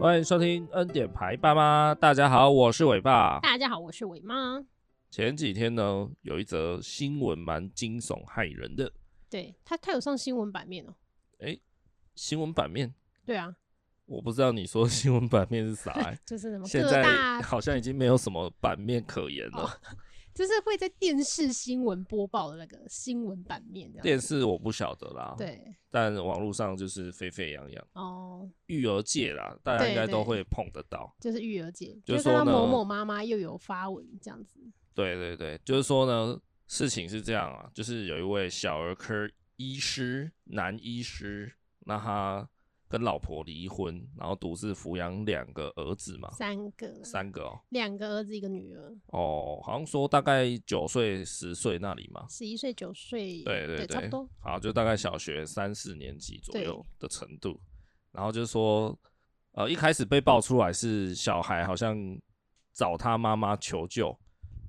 欢迎收听恩典牌爸妈，大家好，我是伟爸。大家好，我是伟妈。前几天呢，有一则新闻蛮惊悚骇人的，对他，他有上新闻版面哦。新闻版面，对啊，，我不知道你说的新闻版面是啥、欸 就是什么现各在大，哦好像已经没有什么版面可言了。就是会在电视新闻播报的那个新闻版面这样。电视我不晓得啦，，对但网络上就是沸沸扬扬，哦，育儿界啦，大家对应该都对会碰得到。就是育儿节，就是看说到呢某某妈妈又有发文这样子。对对对，就是说呢，事情是这样啊，就是有一位小儿科医师，男医师，那他跟老婆离婚，然后独自抚养两个儿子嘛，三个，三个哦，两个儿子，一个女儿，哦，好像说大概九岁、十岁那里嘛，十一岁、九岁，对对对差不多。好，就大概小学三四年级左对右的程度，然后就说，呃，一开始被爆出来是小孩好像找他妈妈求救，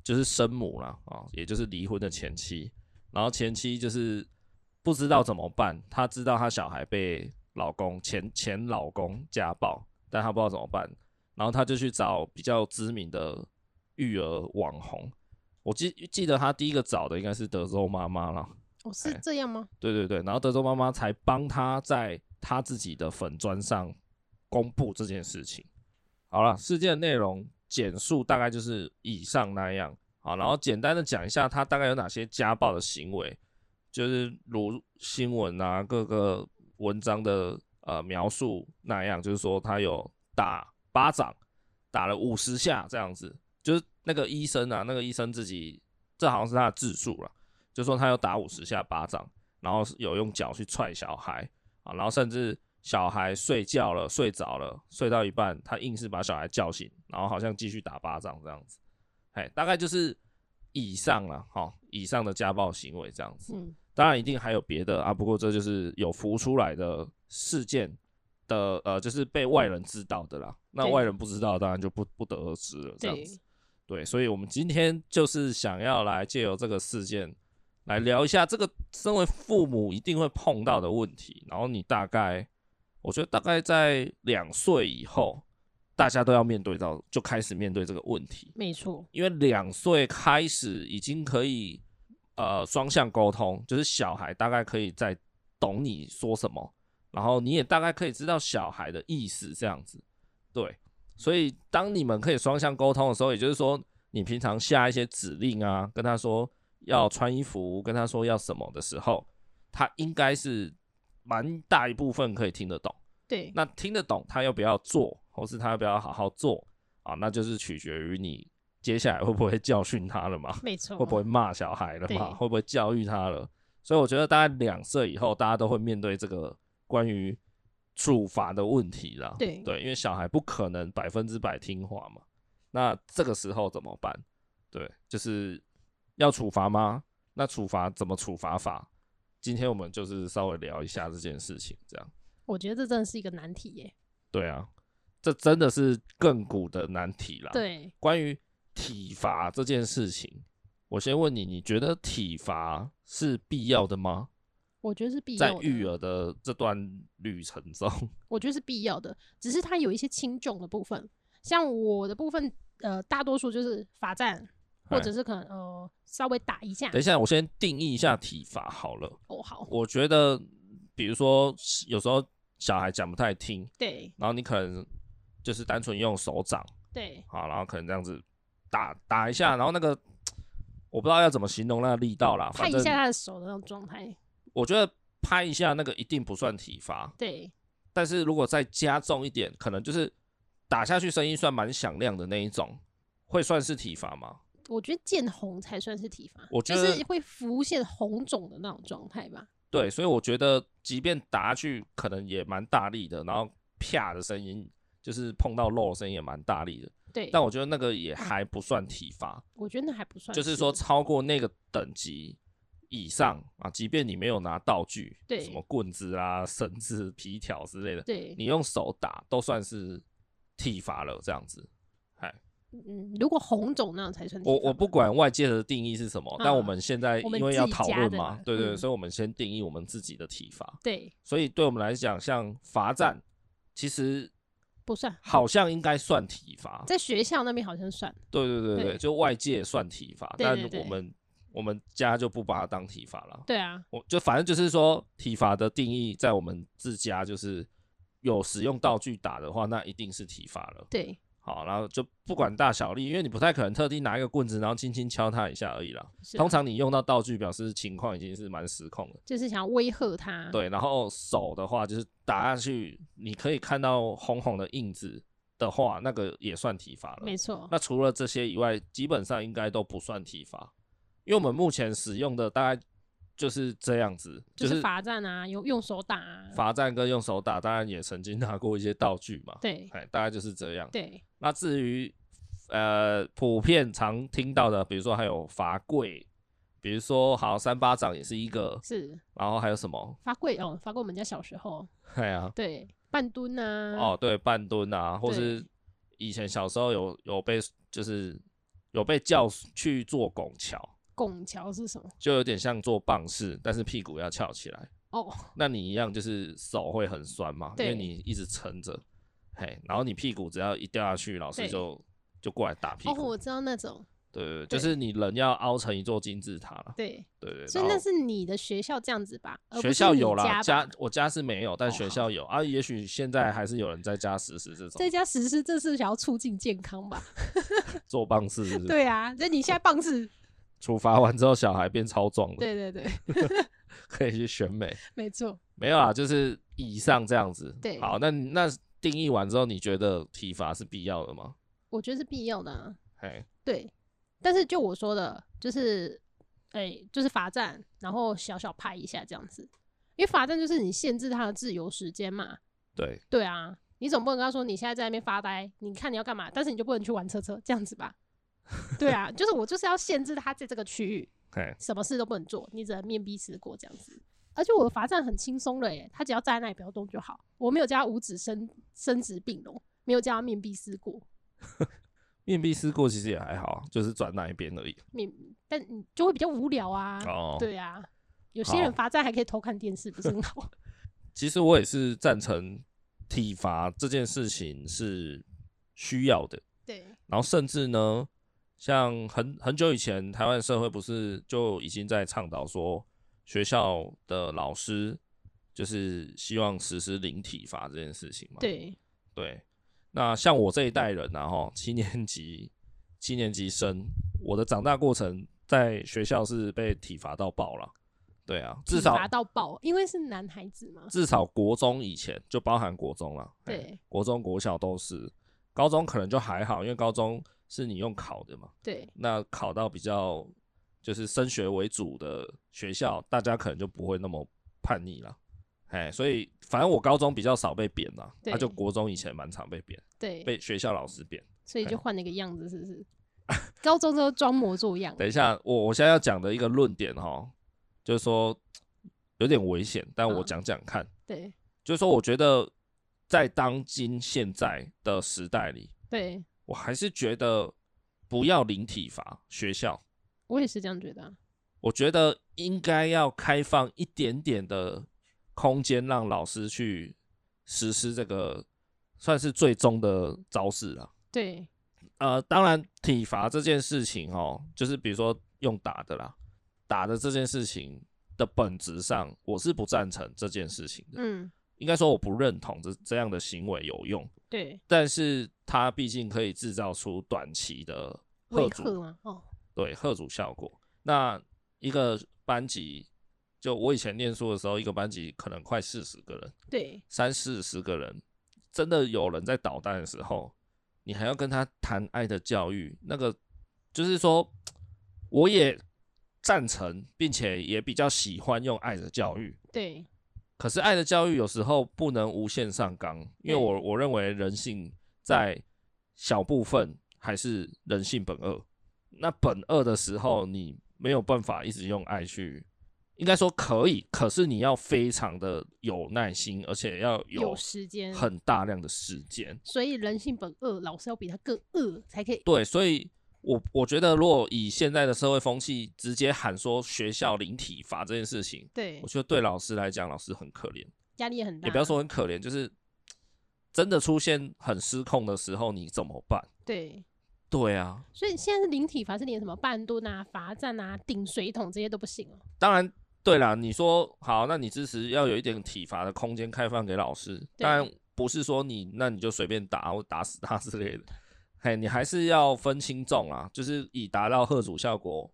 就是生母啦，啊、也就是离婚的前妻，然后前妻就是不知道怎么办，她知道她小孩被老公前前老公家暴，但她不知道怎么办，然后她就去找比较知名的育儿网红。我记记得她第一个找的应该是德州妈妈啦，哦，是哎这样吗？对对对，然后德州妈妈才帮他在他自己的粉砖上公布这件事情。好了，事件内容简述大概就是以上那样。好，然后简单的讲一下他大概有哪些家暴的行为，就是如新闻啊各个文章的呃描述那样，就是说他有打巴掌，打了五十下这样子，就是那个医生啊，那个医生自己这好像是他的自述了，就说他有打五十下巴掌，然后有用脚去踹小孩啊，然后甚至小孩睡觉了、睡着了、睡到一半，他硬是把小孩叫醒，然后好像继续打巴掌这样子。哎，大概就是以上了，好、以上的家暴行为这样子。嗯，当然一定还有别的啊，不过这就是有浮出来的事件的，呃，就是被外人知道的啦。那对外人不知道，当然就不不得而知了，这样对子。对，所以我们今天就是想要来借由这个事件来聊一下这个身为父母一定会碰到的问题。然后你大概，我觉得大概在两岁以后，大家都要面对到，就开始面对这个问题。没错，因为两岁开始已经可以呃双向沟通，就是小孩大概可以在懂你说什么，然后你也大概可以知道小孩的意思这样子。对，所以当你们可以双向沟通的时候，也就是说你平常下一些指令啊，跟他说要穿衣服，跟他说要什么的时候，他应该是蛮大一部分可以听得懂。对，那听得懂他要不要做，或是他要不要好好做啊？那就是取决于你接下来会不会教训他了嘛，没错，会不会骂小孩了哦对嘛，会不会教育他了？所以我觉得大概两岁以后，大家都会面对这个关于处罚的问题啦。对对，因为小孩不可能百分之百听话嘛。那这个时候怎么办？对，就是要处罚吗？那处罚怎么处罚法？今天我们就是稍微聊一下这件事情，这样。我觉得这真的是一个难题耶。对啊，这真的是亘古的难题啦。，对，关于体罚这件事情，我先问你，你觉得体罚是必要的吗？我觉得是必要在的。育儿的这段旅程中，我觉得是必要的，只是它有一些轻重的部分。像我的部分，呃，大多数就是罚站，或者哎是可能呃稍微打一下 等。一下，我先定义一下体罚好了。哦，好， 我觉得，比如说有时候小孩讲不太听，对然后你可能就是单纯用手掌对啊，然后可能这样子打打一下，然后那个我不知道要怎么形容那个力道啦，拍反一正下他的手的那种状态。我觉得拍一下那个一定不算体罚，对但是如果再加重一点，可能就是打下去声音算蛮响亮的那一种，会算是体罚吗？我觉得见红才算是体罚，我觉就得是会浮现红肿的那种状态吧。对，所以我觉得即便打下去可能也蛮大力的，然后啪的声音就是碰到肉的声音也蛮大力的，对，但我觉得那个也还不算体罚，我觉得那还不算，就是说是超过那个等级。以上啊，即便你没有拿道具，对什么棍子啊、绳子、皮条之类的，对，你用手打都算是体罚了，这样子。哎，嗯，如果红肿那样才算体罚我吧。我不管外界的定义是什么，嗯但我们现在我们因为要讨自己论家的嘛啦，对对对嗯所以我们先定义我们自己的体罚。对嗯所以对我们来讲，像罚站，其实不算，好像应该算体罚。在学校那边好像算，对对对对，嗯对就外界算体罚，对但对对我们我们家就不把它当体罚了。对啊，我就反正就是说，体罚的定义在我们自家就是有使用道具打的话，那一定是体罚了。对，好，然后就不管大小力，因为你不太可能特地拿一个棍子，然后轻轻敲他一下而已啦。是啊通常你用到道具，表示情况已经是蛮失控的。就是想要威吓他，对，然后手的话就是打下去，你可以看到红红的印子的话，那个也算体罚了没。错，那除了这些以外，基本上应该都不算体罚，因为我们目前使用的大概就是这样子，就就是是罚站啊，用用手打啊，罚站跟用手打，当然也曾经拿过一些道具嘛。对哎，大概就是这样。对，那至于呃普遍常听到的，比如说还有罚跪，比如说好三巴掌也是一个，是然后还有什么？罚跪哦，罚跪我们家小时候，哎呀、对，半蹲啊，哦，对，半蹲啊，或是对以前小时候有有被就是有被叫去做拱桥，拱桥是什么？就有点像做棒式，但是屁股要翘起来。哦，那你一样就是手会很酸嘛，因为对你一直撑着，嘿，然后你屁股只要一掉下去，老师对就就过来打屁哦，股。我知道那种，对对对，对就是你人要凹成一座金字塔了。对，对对，所以然那后是你的学校这样子吧？而不学是校你有啦，家家吧我家是没有，但哦学好校有啊，也许现在还是有人在家实施这种在家实施，这是想要促进健康吧？做棒式，是不是对啊，那你现在棒是，处罚完之后，小孩变超壮的，对对对，可以去选美。没错，没有啦，就是以上这样子。对好，那你那定义完之后，你觉得体罚是必要的吗？我觉得是必要的、啊。嘿，对，但是就我说的，就是，哎、就是罚站，然后小小拍一下这样子，因为罚站就是你限制他的自由时间嘛。对，对啊，你总不能跟他说你现在在那边发呆，你看你要干嘛，但是你就不能去玩车车这样子吧？对啊，就是我就是要限制他在这个区域，嘿，什么事都不能做，你只能面壁思过这样子。而且我的罚站很轻松了耶，他只要站在那里不要动就好，我没有叫他五指伸伸直并拢，没有叫他面壁思过，面壁思过其实也还好，啊就是转哪一边而已。面，但你就会比较无聊啊。哦，对啊，有些人好罚站还可以偷看电视，不是很 好？其实我也是赞成体罚这件事情是需要的。 对然后甚至呢，像很很久以前，台湾社会不是就已经在倡导说，学校的老师就是希望实施零体罚这件事情嘛？对，对。那像我这一代人啊，哈，七年级七年级生，我的长大过程在学校是被体罚到爆了。对啊，至体少罚到爆，因为是男孩子嘛。至少国中以前就包含国中了，嘿对国中、国小都是，高中可能就还好，因为高中是你用考的嘛，对那考到比较就是升学为主的学校，大家可能就不会那么叛逆了，哎，所以反正我高中比较少被贬啦，对那、就国中以前蛮常被贬，对，被哎学校老师贬。所以就换了一个样子，是 不是？高中之后装模作样，等一下，我我现在要讲的一个论点哈，就是说有点危险，但我嗯讲讲看。对就是说，我觉得在当今现在的时代里，对，我还是觉得不要零体罚学校，我也是这样觉得啊、我觉得应该要开放一点点的空间，让老师去实施这个算是最终的招式了。对呃，当然体罚这件事情哦，就是比如说用打的啦，打的这件事情的本质上，我是不赞成这件事情的。嗯，应该说我不认同这这样的行为有用。对，但是它毕竟可以制造出短期的贺威主，吓嘛，哦，对贺主效果。那一个班级，就我以前念书的时候，一个班级可能快四十个人，对三四十个人，真的有人在捣蛋的时候，你还要跟他谈爱的教育，那个就是说，我也赞成，并且也比较喜欢用爱的教育，对可是爱的教育有时候不能无限上纲，因为对我我认为人性在小部分还是人性本恶。那本恶的时嗯候，你没有办法一直用爱去，应该说可以，可是你要非常的有耐心，而且要有有时间，很大量的时间。所以人性本恶，老师要比他更恶才可以。对，所以我我觉得，如果以现在的社会风气直接喊说学校零体罚这件事情，对我，觉得对老师来讲，老师很可怜。压力也很大。也不要说很可怜，就是真的出现很失控的时候，你怎么办？对，对啊，所以现在是零体罚是连什么半蹲啊、罚站啊、顶水桶这些都不行哦、当然，对啦，你说好，那你支持要有一点体罚的空间开放给老师，对当然不是说你那你就随便打或打死他之类的，嘿，你还是要分轻重啊，就是以达到贺主效果，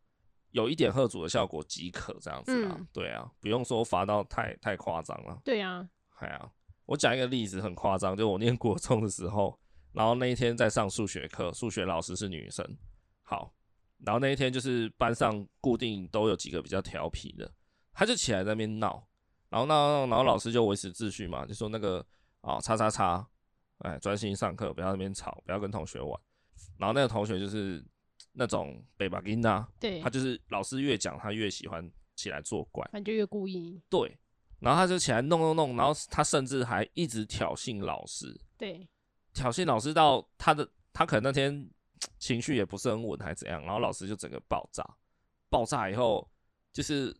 有一点贺主的效果即可这样子啊，嗯对啊，不用说罚到太太夸张了，对啊，哎呀、我讲一个例子很夸张，就我念国中的时候，然后那一天在上数学课，数学老师是女生，好，然后那一天就是班上固定都有几个比较调皮的，她就起来在那边闹，然后闹闹，闹然后老师就维持秩序嘛，就说那个啊叉叉叉，哎，专心上课，不要在那边吵，不要跟同学玩，然后那个同学就是那种北巴金娜，对他，就是老师越讲他越喜欢起来作怪。反正就越故意，对，然后他就起来弄弄弄，然后他甚至还一直挑衅老师，对挑衅老师到他的他可能那天情绪也不是很稳还是怎样，然后老师就整个爆炸，爆炸以后就是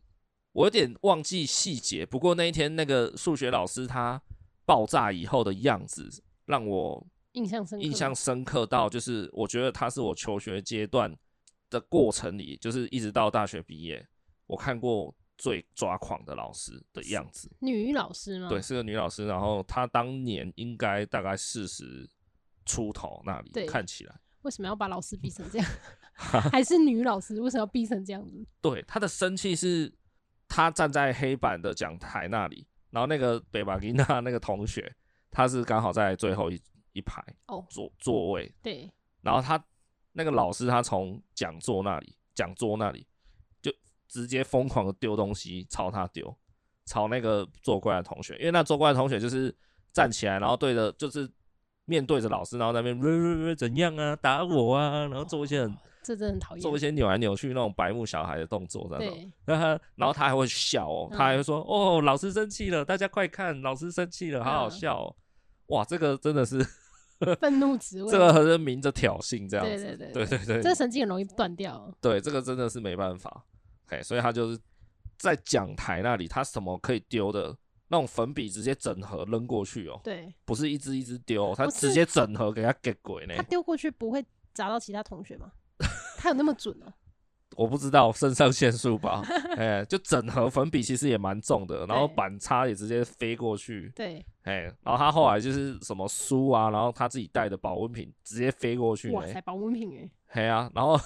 我有点忘记细节，不过那一天那个数学老师他爆炸以后的样子让我印象深刻，印象深刻到，就是我觉得他是我求学阶段的过程里，就是一直到大学毕业，我看过最抓狂的老师的样子。女老师吗？对，是个女老师，然后她当年应该大概四十出头那里，对看起来，为什么要把老师逼 成这样？ 还是女老师为什么要逼成这样子？对，她的生气是她站在黑板的讲台那里，然后那个北马吉娜那个同学，他是刚好在最后一一排哦，座座位，对，然后他那个老师他从讲座那里，讲桌那里就直接疯狂的丢东西，朝他丢，朝那个作怪的同学，因为那作怪的同学就是站起来，然后对着就是面对着老师，然后在那边、呃呃呃怎样啊，打我啊，然后做一些很这真的很讨厌。做一些扭来扭去那种白目小孩的动作，那种。对，然后他，然后他还会笑哦，嗯他还会说：“哦，老师生气了，大家快看，老师生气了，好好嗯笑哦。”哇，这个真的是，愤怒职位，这个是明着挑衅这样对子。对对对对对，这神经很容易断掉哦。对，这个真的是没办法，哎，所以他就是在讲台那里，他什么可以丢的那种粉笔直接整盒扔过去哦，对不是一支一支丢，哦他不直是接整盒给他给鬼呢他。丢过去不会砸到其他同学 吗？他有那么准哦？我不知道肾上腺素吧，哎，就整盒粉笔其实也蛮重的，然后对嗯板擦也直接飞过去，对，哎，然后他后来就是什么书啊，然后他自己带的保温瓶直接飞过去哇呢塞，保温瓶哎，嘿啊，然后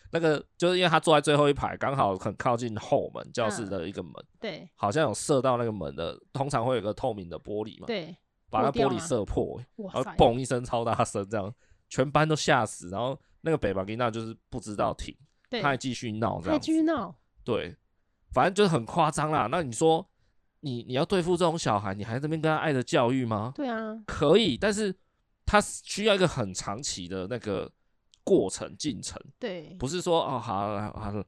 那个就是因为他坐在最后一排，刚好很靠近后门教室嗯的一个门。对好像有射到那个门的，通常会有个透明的玻璃嘛，对，把那破掉玻璃吗射破、欸哇然后塞，嘣一声超大声，这样全班都吓死。然后那个北巴吉娜就是不知道停，对，他还继续闹这还样继子，续闹，对，反正就是很夸张啦。那你说你你要对付这种小孩，你还这边跟他爱的教育吗？对啊，可以，但是他需要一个很长期的那个过程进程，对不是说哦好好好，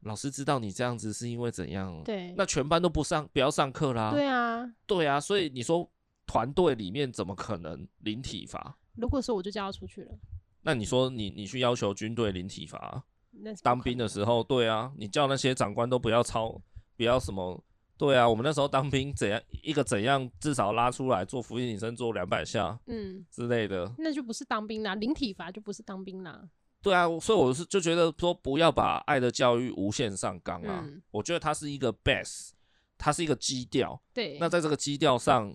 老师知道你这样子是因为怎样，对，那全班都不上不要上课啦，对啊。对啊，所以你说团队里面怎么可能零体罚？如果说我就叫他出去了，那你说你你去要求军队零体罚，那是不当可兵能的时候，对啊，你叫那些长官都不要操，不要什么，对啊，我们那时候当兵怎样一个怎样至少拉出来做俯卧撑做两百下嗯，之类的，那就不是当兵啦，零体罚就不是当兵啦，对啊，所以我是就觉得说不要把爱的教育无限上纲啊，嗯我觉得它是一个 base，它是一个基调，对，那在这个基调上，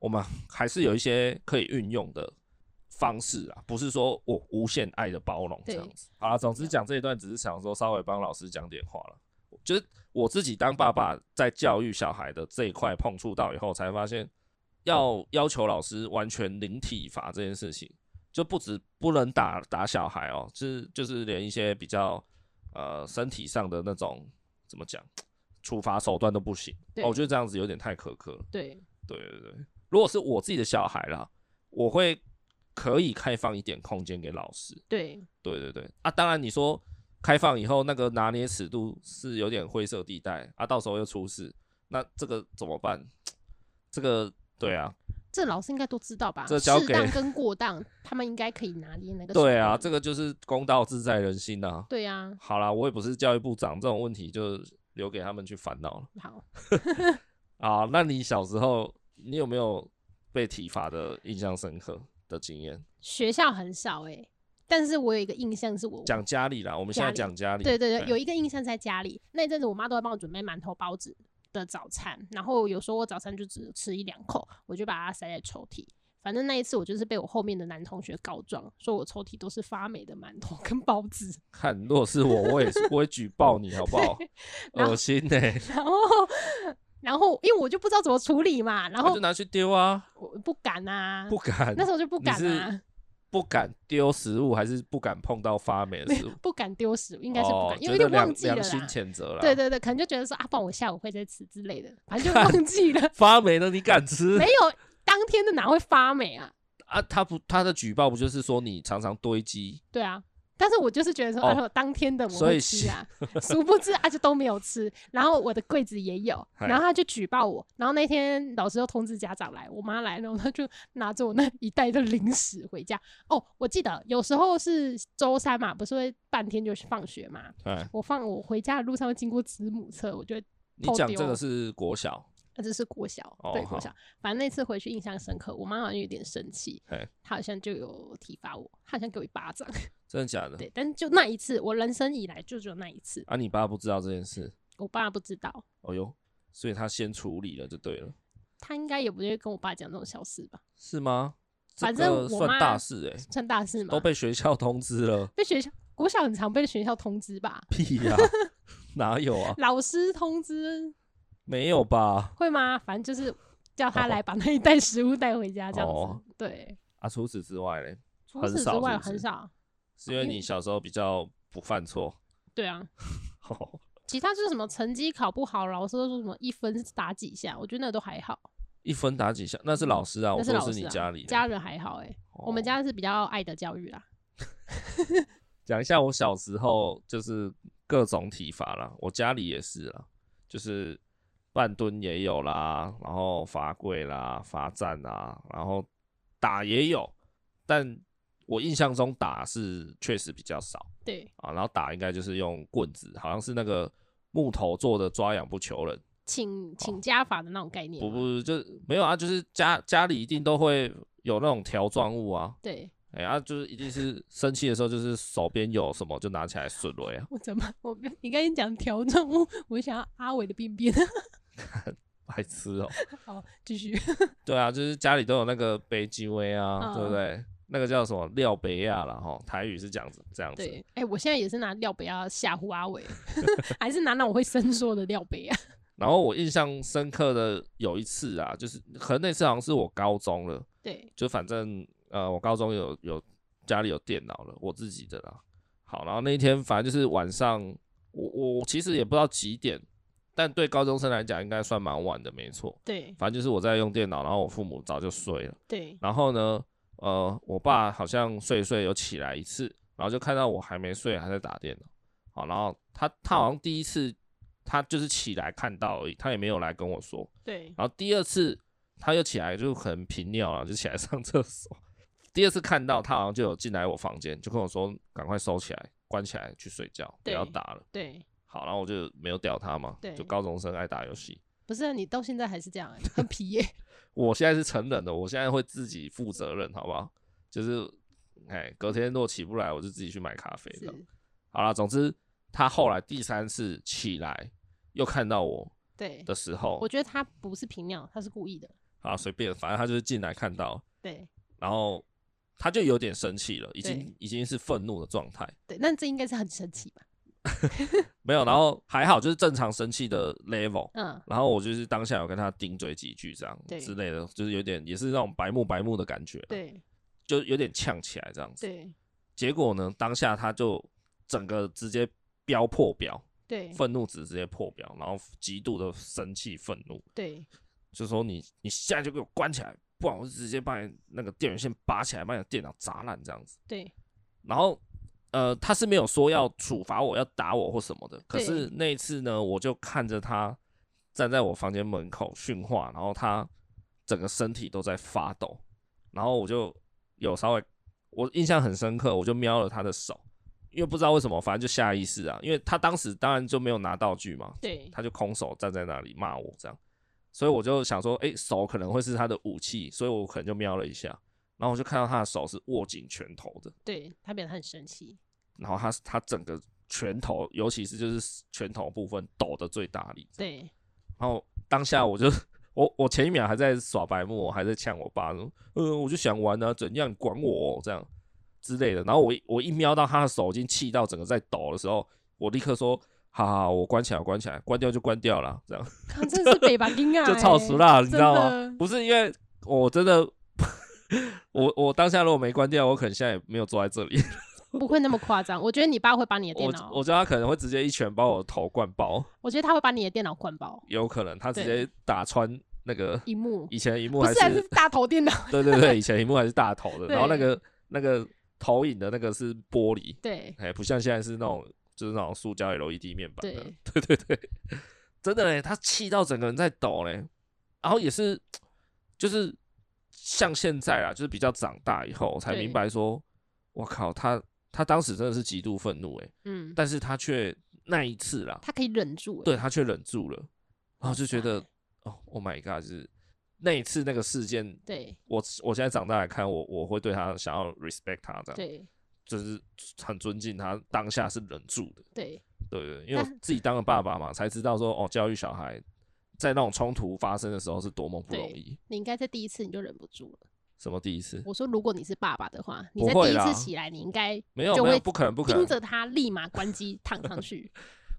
我们还是有一些可以运用的方式啊，不是说我无限爱的包容这对啊样子。好啦，总之讲这一段，只是想说稍微帮老师讲点话了。就是我自己当爸爸，在教育小孩的这一块碰触到以后，才发现要要求老师完全零体罚这件事情，就不止不能打打小孩哦，就是就是连一些比较呃身体上的那种怎么讲处罚手段都不行。对哦我觉得这样子有点太苛刻了。对对对对，如果是我自己的小孩啦，我会可以开放一点空间给老师。对对对对，啊，当然你说开放以后那个拿捏尺度是有点灰色地带啊，到时候又出事，那这个怎么办？这个对啊，这老师应该都知道吧？这交给适当跟过当，他们应该可以拿捏 那个手段。对啊，这个就是公道自在人心呐、啊。对啊，好啦，我也不是教育部长，这种问题就留给他们去烦恼了好，啊。那你小时候你有没有被体罚的印象深刻的经验。学校很少哎、但是我有一个印象是我讲家里嗯啦，我们现在家讲家里，对对对，有一一个印象在家里，那一阵子我妈都会帮我准备馒头、包子的早餐，然后有时候我早餐就只吃一两口，我就把它塞在抽屉。反正那一次我就是被我后面的男同学告状，说我抽屉都是发霉的馒头跟包子，看，如果是我，我也是我会举报你，好不 好？然后恶心欸呢、然后然后因为我就不知道怎么处理嘛，然我后就拿去丢啊，我不敢啊，不敢。那时候就不敢你啊是，不敢丢食物，还是不敢碰到发霉的食物？不敢丢食物，应该是不哦敢，，因觉为得就良忘记了良心啦。谴责啦。对，对对，可能就觉得说啊，不然我下午会再吃之类的，反正就忘 记了。发霉的你敢吃没有当天的哪会发霉啊？啊？他不，他的举报不就是说你常常堆积？对啊，但是我就是觉得说，哦哎呦，当天的我所以会吃啊，殊不知啊就都没有吃，然后我的柜子也有， 嗨然后他就举报我，然后那天老师又通知家长来，我妈来了，然后他就拿着我那一袋的零食回家。哦，我记得有时候是周三嘛，不是会半天就放学嘛，哎，我放我回家的路上会经过子母车，我就会你偷讲丢这个是国小，啊，这是国小，哦对好国小。反正那次回去印象深刻，我妈好像有点生气嘿，她好像就有体罚我，她好像给我一巴掌。真的假的？对，但是就那一次，我人生以来就只有那一次，啊，你爸不知道这件事，我爸不知道，哦哟，所以他先处理了就对了，他应该也不会跟我爸讲这种小事吧？是吗？这反正个我算妈大事哎、算大事吗？都被学校通知了，被学校国小很常被学校通知 吧？屁呀、哪有啊？老师通知没有吧？会吗？反正就是叫他来把那一袋食物带回家这样子。哦对， 啊，除此之外嘞，除很此之少外是不是很少。是因为你小时候比较不犯错，对啊，其他就是什么成绩考不好，老师都说什么一分打几下，我觉得那都还好。一分打几下，那是老师啊，我那是说老的师、啊、是你家里的家人还好哎、哦我们家是比较爱的教育啦。讲一下我小时候就是各种体罚啦，我家里也是啦，就是半蹲也有啦，然后罚跪啦、罚站啦，然后打也有，但我印象中打是确实比较少对，啊，然后打应该就是用棍子，好像是那个木头做的抓痒不求人，请请家法的那种概念哦不嘛。不就是没有啊，就是家家里一定都会有那种条状物啊，对哎、啊，就是一定是生气的时候，就是手边有什么就拿起来顺了呀。我怎么我你刚才讲条状物，我想要阿伟的便便。 白痴哦、好，继续。对啊，就是家里都有那个杯鸡威啊，嗯对不对？那个叫什么廖北亚啦，哈，台语是这样子，这样子。对，哎、我现在也是拿料杯要吓唬阿 伟，还是拿那种会伸缩的料杯啊？然后我印象深刻的有一次啊，就是可能那次好像是我高中了， 对，就反正呃，我高中有有家里有电脑了，我自己的啦。好，然后那一天反正就是晚上，我我其实也不知道几点，但对高中生来讲应该算蛮晚的，没错。对，反正就是我在用电脑，然后我父母早就睡了。对，然后呢，呃，我爸好像睡一睡有起来一次，然后就看到我还没睡，还在打电脑。好，然后他他好像第一次他就是起来看到而已，他也没有来跟我说。对，然后第二次他又起来，就可能频尿啊了，就起来上厕所。第二次看到他好像就有进来我房间，就跟我说赶快收起来，关起来去睡觉，不对要打了。对，好，然后我就没有屌他嘛对，就高中生爱打游戏。不是、啊、你到现在还是这样、欸，很皮 耶、我现在是成人的，我现在会自己负责任，好不好？就是，哎，隔天如果起不来，我就自己去买咖啡的。是，好啦，总之他后来第三次起来又看到我对，的时候我，觉得他不是平尿，他是故意的。啊，随便，反正他就是进来看到，对然后他就有点生气了，已对经已经是愤怒的状态，对，那这应该是很神奇吧？没有，然后还好就是正常生气的 level。嗯，然后我就是当下有跟他顶嘴几句这样对之类的，就是有点也是那种白目白目的感觉，，对就有点呛起来这样子。对结果呢，当下他就整个直接飙破表，对愤怒值直接破表，然后极度的生气愤怒，对就说你你现在就给我关起来，不然我就直接把你那个电源线拔起来，把你的电脑砸烂这样子。对然后呃，他是没有说要处罚我，要打我或什么的。可是那一次呢，我就看着他站在我房间门口训话，然后他整个身体都在发抖，然后我就有稍微我印象很深刻，我就瞄了他的手，因为不知道为什么，反正就下意识啊，因为他当时当然就没有拿道具嘛，对他就空手站在那里骂我这样。所以我就想说，哎、手可能会是他的武器，所以我可能就瞄了一下，然后我就看到他的手是握紧拳头的，对他变得很生气，然后他他整个拳头，尤其是就是拳头部分抖的最大力， 对，然后当下我哦就 我我前一秒还在耍白目，我还在呛我爸说，嗯、我就想玩啊，怎样你管我、哦、这样之类的。然后我一我一瞄到他的手已经气到整个在抖的时候，我立刻说，好好好，我关起来，我关起来，关掉就关掉了，这样看真的是北巴 金啊、就超熟啦，你知道吗真？的不是因为我真的， 我我当下如果没关掉，我可能现在也没有坐在这里， 不会那么夸张。我觉得你爸会把你的电我脑，我我觉得他可能会直接一拳把我的头灌爆，觉得他会把你的电脑灌爆有可能他直对接打穿那个荧幕，以前的荧幕不还是啊还是大头电 脑，对对对，以前荧幕还是大 头的，然后那对个那个投影的那个是玻璃，对哎，不像现在是那种就是那种塑胶 LED 面板的对，对对对，真的嘞，他气到整个人在抖嘞，然后也是就是像现在啊，就是比较长大以后才对明白说，我靠，他他当时真的是极度愤怒哎，嗯，但是他却那一次啦，他可以忍住、欸，对他却忍住了，然后就觉得哇哦，Oh my god，就是那一次那个事件对我我现在长大来看，我我会对他想要 respect 他这样，对就是很尊敬他，当下是忍住的，对对对对，因为我但自己当了爸爸嘛，才知道说哦，教育小孩在那种冲突发生的时候是多么不容易。你应该在第一次你就忍不住了。什么第一次？我说，如果你是爸爸的话，你不在会第一啦次起来，你应该没有就没有，会不可能不可盯能，着他立马关机躺 上去。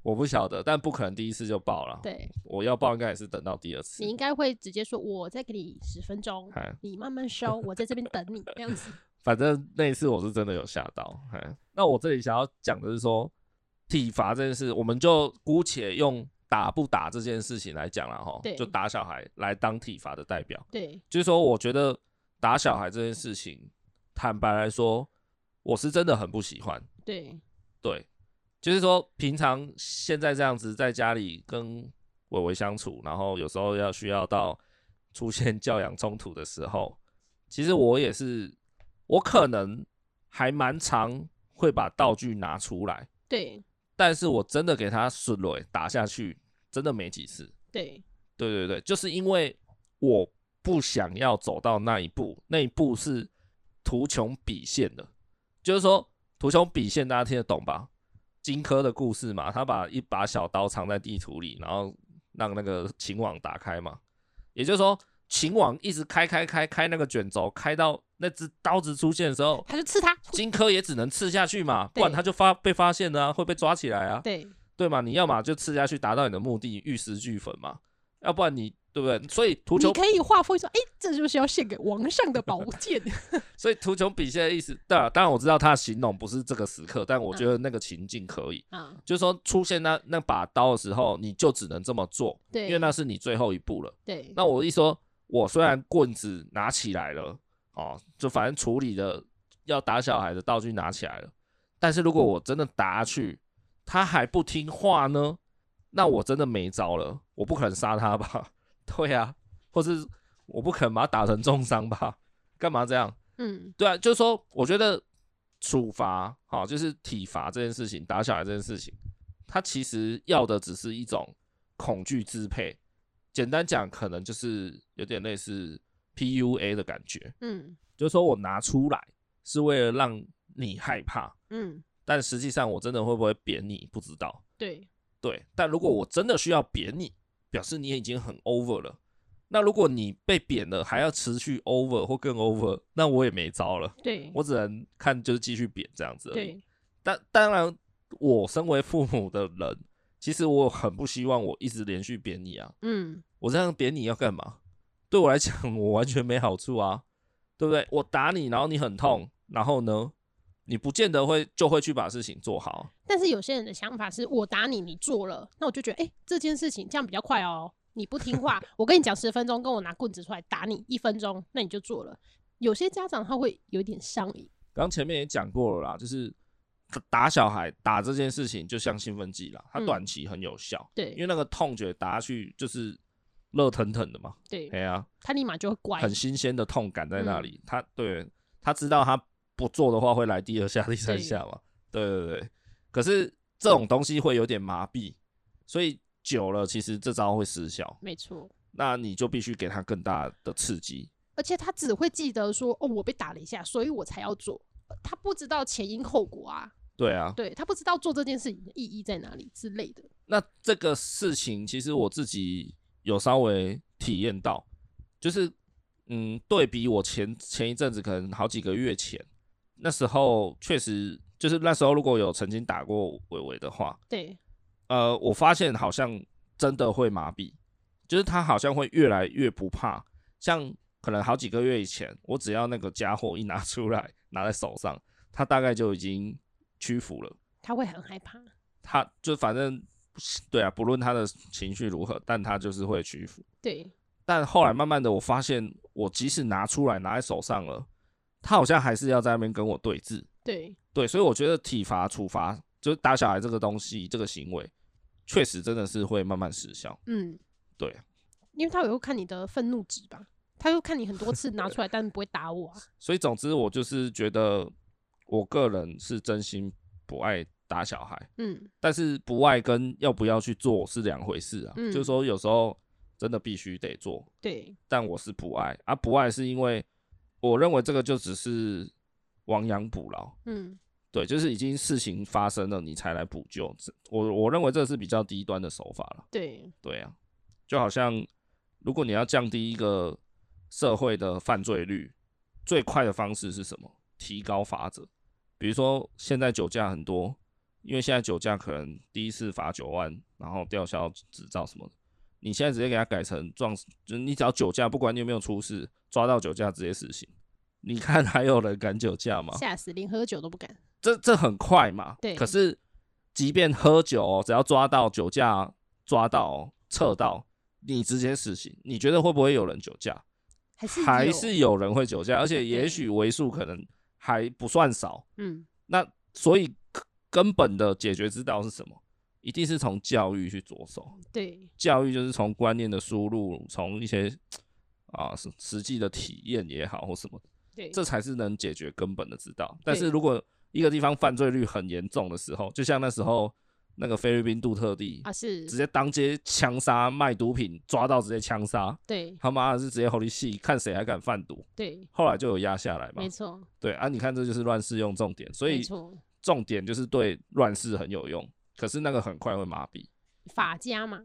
我不晓得，但不可能第一次就爆了。 对我要爆应该也是等到第二次你。应该会直接说：“我再给你十分钟哎，你慢慢收，我在这边等你。”这样子，反正那一次我是真的有吓到。哎，那我这里想要讲的是说，体罚这件事，我们就姑且用打不打这件事情来讲了哈，对就打小孩来当体罚的代表。对就是说，我觉得打小孩这件事情，坦白来说，我是真的很不喜欢。对对，就是说，平常现在这样子在家里跟伟伟相处，然后有时候要需要到出现教养冲突的时候，其实我也是，我可能还蛮常会把道具拿出来，对但是我真的给他顺了打下去，真的没几次。对对对对，就是因为我不想要走到那一步，那一步是图穷匕现的，就是说图穷匕现，大家听得懂吧？荆轲的故事嘛，他把一把小刀藏在地图里，然后让那个秦王打开嘛，也就是说秦王一直开开开开那个卷轴，开到那只刀子出现的时候，他就 刺他，荆轲也只能刺下去嘛，不对然他就发被发现了、啊，会被抓起来啊。对对嘛？你要嘛就吃下去，达到你的目的，玉石俱焚嘛。要不然你对不对？所以图你穷，可以画风说，哎、这就是要献给王上的宝 剑。所以图穷匕现的意思，当然当然我知道他的形容不是这个时刻，但嗯我觉得那个情境可以，啊，就是说出现那那把刀的时候，你就只能这么做，对，因为那是你最后一步了。对那我一说，我虽然棍子拿起来了，哦，就反正处理的要打小孩的道具拿起来了，但是如果我真的打下去，他还不听话呢，那我真的没招了，我不可能杀他吧？ 对啊，或是我不可能把他打成重伤吧？干嘛这样？嗯对啊，就是说，我觉得处罚，好、就是体罚这件事情，打小孩这件事情，它其实要的只是一种恐惧支配。简单讲，可能就是有点类似 PUA 的感觉，嗯就是说我拿出来是为了让你害怕，嗯，但实际上我真的会不会扁你不知道。对对，但如果我真的需要扁你，表示你已经很 over 了。那如果你被扁了，还要持续 over 或更 over，那我也没招了。对我只能看就是继续扁这样子而已。对但当然，我身为父母的人，其实我很不希望我一直连续扁你啊。嗯我这样扁你要干嘛？对我来讲， 我完全没好处啊，对不对？我打你，然后你很痛，然后呢，你不见得会就会去把事情做好。但是有些人的想法是我打你，你做了，那我就觉得，哎、这件事情这样比较快哦。你不听话，我跟你讲十分钟，跟我拿棍子出来打你一分钟，那你就做了。有些家长他会有点上瘾，刚前面也讲过了啦，就是打小孩打这件事情，就像兴奋剂啦，它嗯短期很有效，因对为那个痛觉打下去就是热腾腾的嘛，对，哎呀、他立马就会乖，很新鲜的痛感在嗯那里。他对他知道他不做的话会来第二下、第 三对下嘛。对对对。可是这种东西会有点麻痹，所以久了其实这招会失效。没错，那你就必须给他更大的刺激。而且他只会记得说，哦，我被打了一下，所以我才要做，呃他不知道前因后果啊，对啊，对他不知道做这件事情的意义在哪里之类的。那这个事情其实我自己有稍微体验到，就是嗯，对比我前前一阵子可能好几个月前，那时候确实就是那时候如果有曾经打过伟伟的话，对，呃，我发现好像真的会麻痹，就是他好像会越来越不怕。像可能好几个月以前，我只要那个家伙一拿出来，拿在手上，他大概就已经屈服了。他会很害怕。他就反正对啊，不论他的情绪如何，但他就是会屈服。对，但后来慢慢的，我发现我即使拿出来拿在手上了，他好像还是要在那边跟我对峙。对，对，所以我觉得体罚、处罚，就是打小孩这个东西，这个行为，确实真的是会慢慢失效。嗯，对，因为他也会看你的愤怒值吧，他又看你很多次拿出来，但不会打我 啊。所以总之，我就是觉得，我个人是真心不爱打小孩，嗯，但是不爱跟要不要去做是两回事啊。嗯就是说，有时候真的必须得做，对，但我是不爱啊，不爱是因为我认为这个就只是亡羊补牢，嗯，对，就是已经事情发生了，你才来补救。这我我认为这是比较低端的手法了，对，对啊，就好像如果你要降低一个社会的犯罪率，最快的方式是什么？提高罚则，比如说现在酒驾很多，因为现在酒驾可能第一次罚九万，然后吊销执照什么的。你现在直接给他改成撞死，就是你只要酒驾，不管你有没有出事，抓到酒驾直接死刑。你看还有人敢酒驾吗？吓死，连喝酒都不敢。这这很快嘛。对可是即便喝酒哦、只要抓到酒驾，抓到嗯哦测到，你直接死刑，你觉得会不会有人酒驾？还是还有是有人会酒驾，而且也许为数可能还不算少。嗯，那所以根根本的解决之道是什么？一定是从教育去着手。对，教育就是从观念的输入，从一些啊实实际的体验也好或什么的对，这才是能解决根本的之道。但是对如果一个地方犯罪率很严重的时候，就像那时候那个菲律宾杜特地、啊是直，接当街枪杀卖毒品，抓到直接枪杀，对他妈的是直接 holy shit，看谁还敢贩毒。对，后来就有压下来嘛没，错，对啊，你看这就是乱适用重点，所没以错，重点就是对乱世很有用，可是那个很快会麻痹。法家嘛，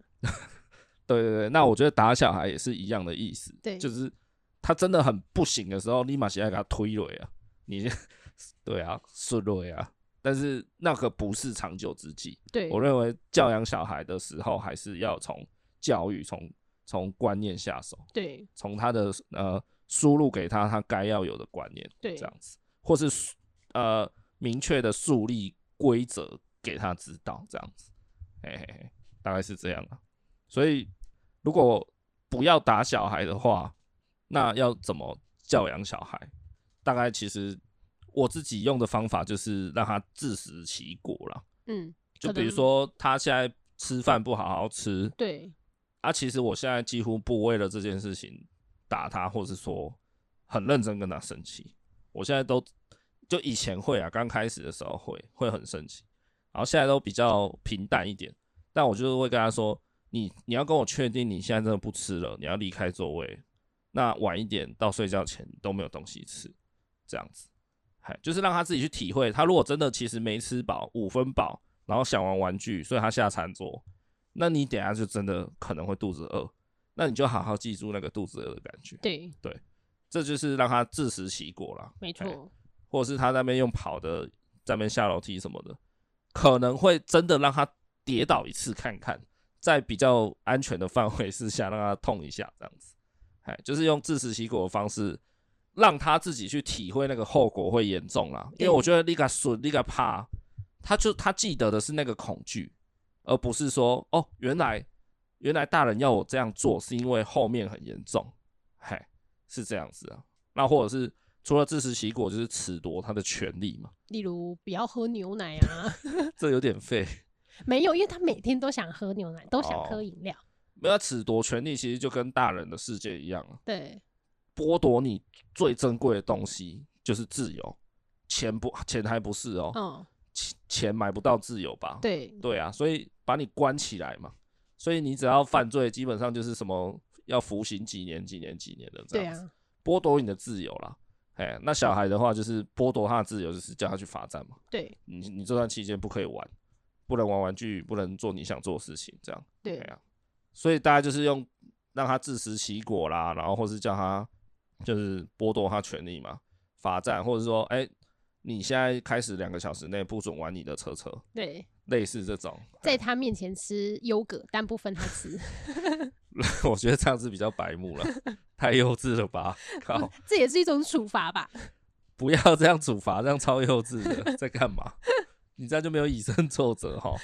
对对对，那我觉得打小孩也是一样的意思，对就是他真的很不行的时候，立马起来给他推了啊，你 对啊，顺了啊，但是那个不是长久之计。对，我认为教养小孩的时候，还是要从教育、从从观念下手，对从他的呃输入给他他该要有的观念，对这样子，或是呃明确的树立规则给他知道，这样子，嘿嘿嘿，大概是这样啊。所以如果不要打小孩的话，那要怎么教养小孩？大概其实我自己用的方法就是让他自食其果啦。嗯，就可比如能说他现在吃饭不好好吃，对啊，其实我现在几乎不为了这件事情打他，或是说很认真跟他生气。我现在都就以前会啊，刚开始的时候会会很生气，然后现在都比较平淡一点。但我就是会跟他说，你你要跟我确定你现在真的不吃了，你要离开座位，那晚一点到睡觉前都没有东西吃，这样子，嗨，就是让他自己去体会。他如果真的其实没吃饱，五分饱，然后想玩玩具，所以他下餐桌，那你等一下就真的可能会肚子饿，那你就好好记住那个肚子饿的感觉，对，这就是让他自食其果啦，没嘿错，或者是他在那边用跑的，在那边下楼梯什么的，可能会真的让他跌倒一次看看，在比较安全的范围之下让他痛一下，这样子，哎，就是用自食其果的方式，让他自己去体会那个后果会严重啦。因为我觉得那个损，那个怕，他就他记得的是那个恐惧，而不是说哦，原来原来大人要我这样做是因为后面很严重，嘿，是这样子啊。那或者是除了自食其果，就是褫夺他的权利嘛，例如不要喝牛奶啊，这有点废。没有，因为他每天都想喝牛奶，都想哦喝饮料，没有褫夺权利，其实就跟大人的世界一样啊，对剥夺你最珍贵的东西就是自由，钱不钱还不是哦，嗯，钱钱买不到自由吧？对对啊，所以把你关起来嘛，所以你只要犯罪，基本上就是什么要服刑几年、几年、几年的这对样子，啊，剥夺你的自由啦。哎，那小孩的话就是剥夺他的自由，就是叫他去罚站嘛。对你你这段期间不可以玩，不能玩玩具，不能做你想做的事情，这样。对哎呀所以大家就是用让他自食其果啦，然后或是叫他就是剥夺他权利嘛，罚站，或者说，哎、你现在开始两个小时内不准玩你的车车， 对，类似这种。在他面前吃优格，但不分他 吃，我觉得这样子比较白目了，太幼稚了吧？靠， 这也是一种处罚吧？不要这样处罚，这样超幼稚的，在干嘛？ 你这样就没有以身作则哈。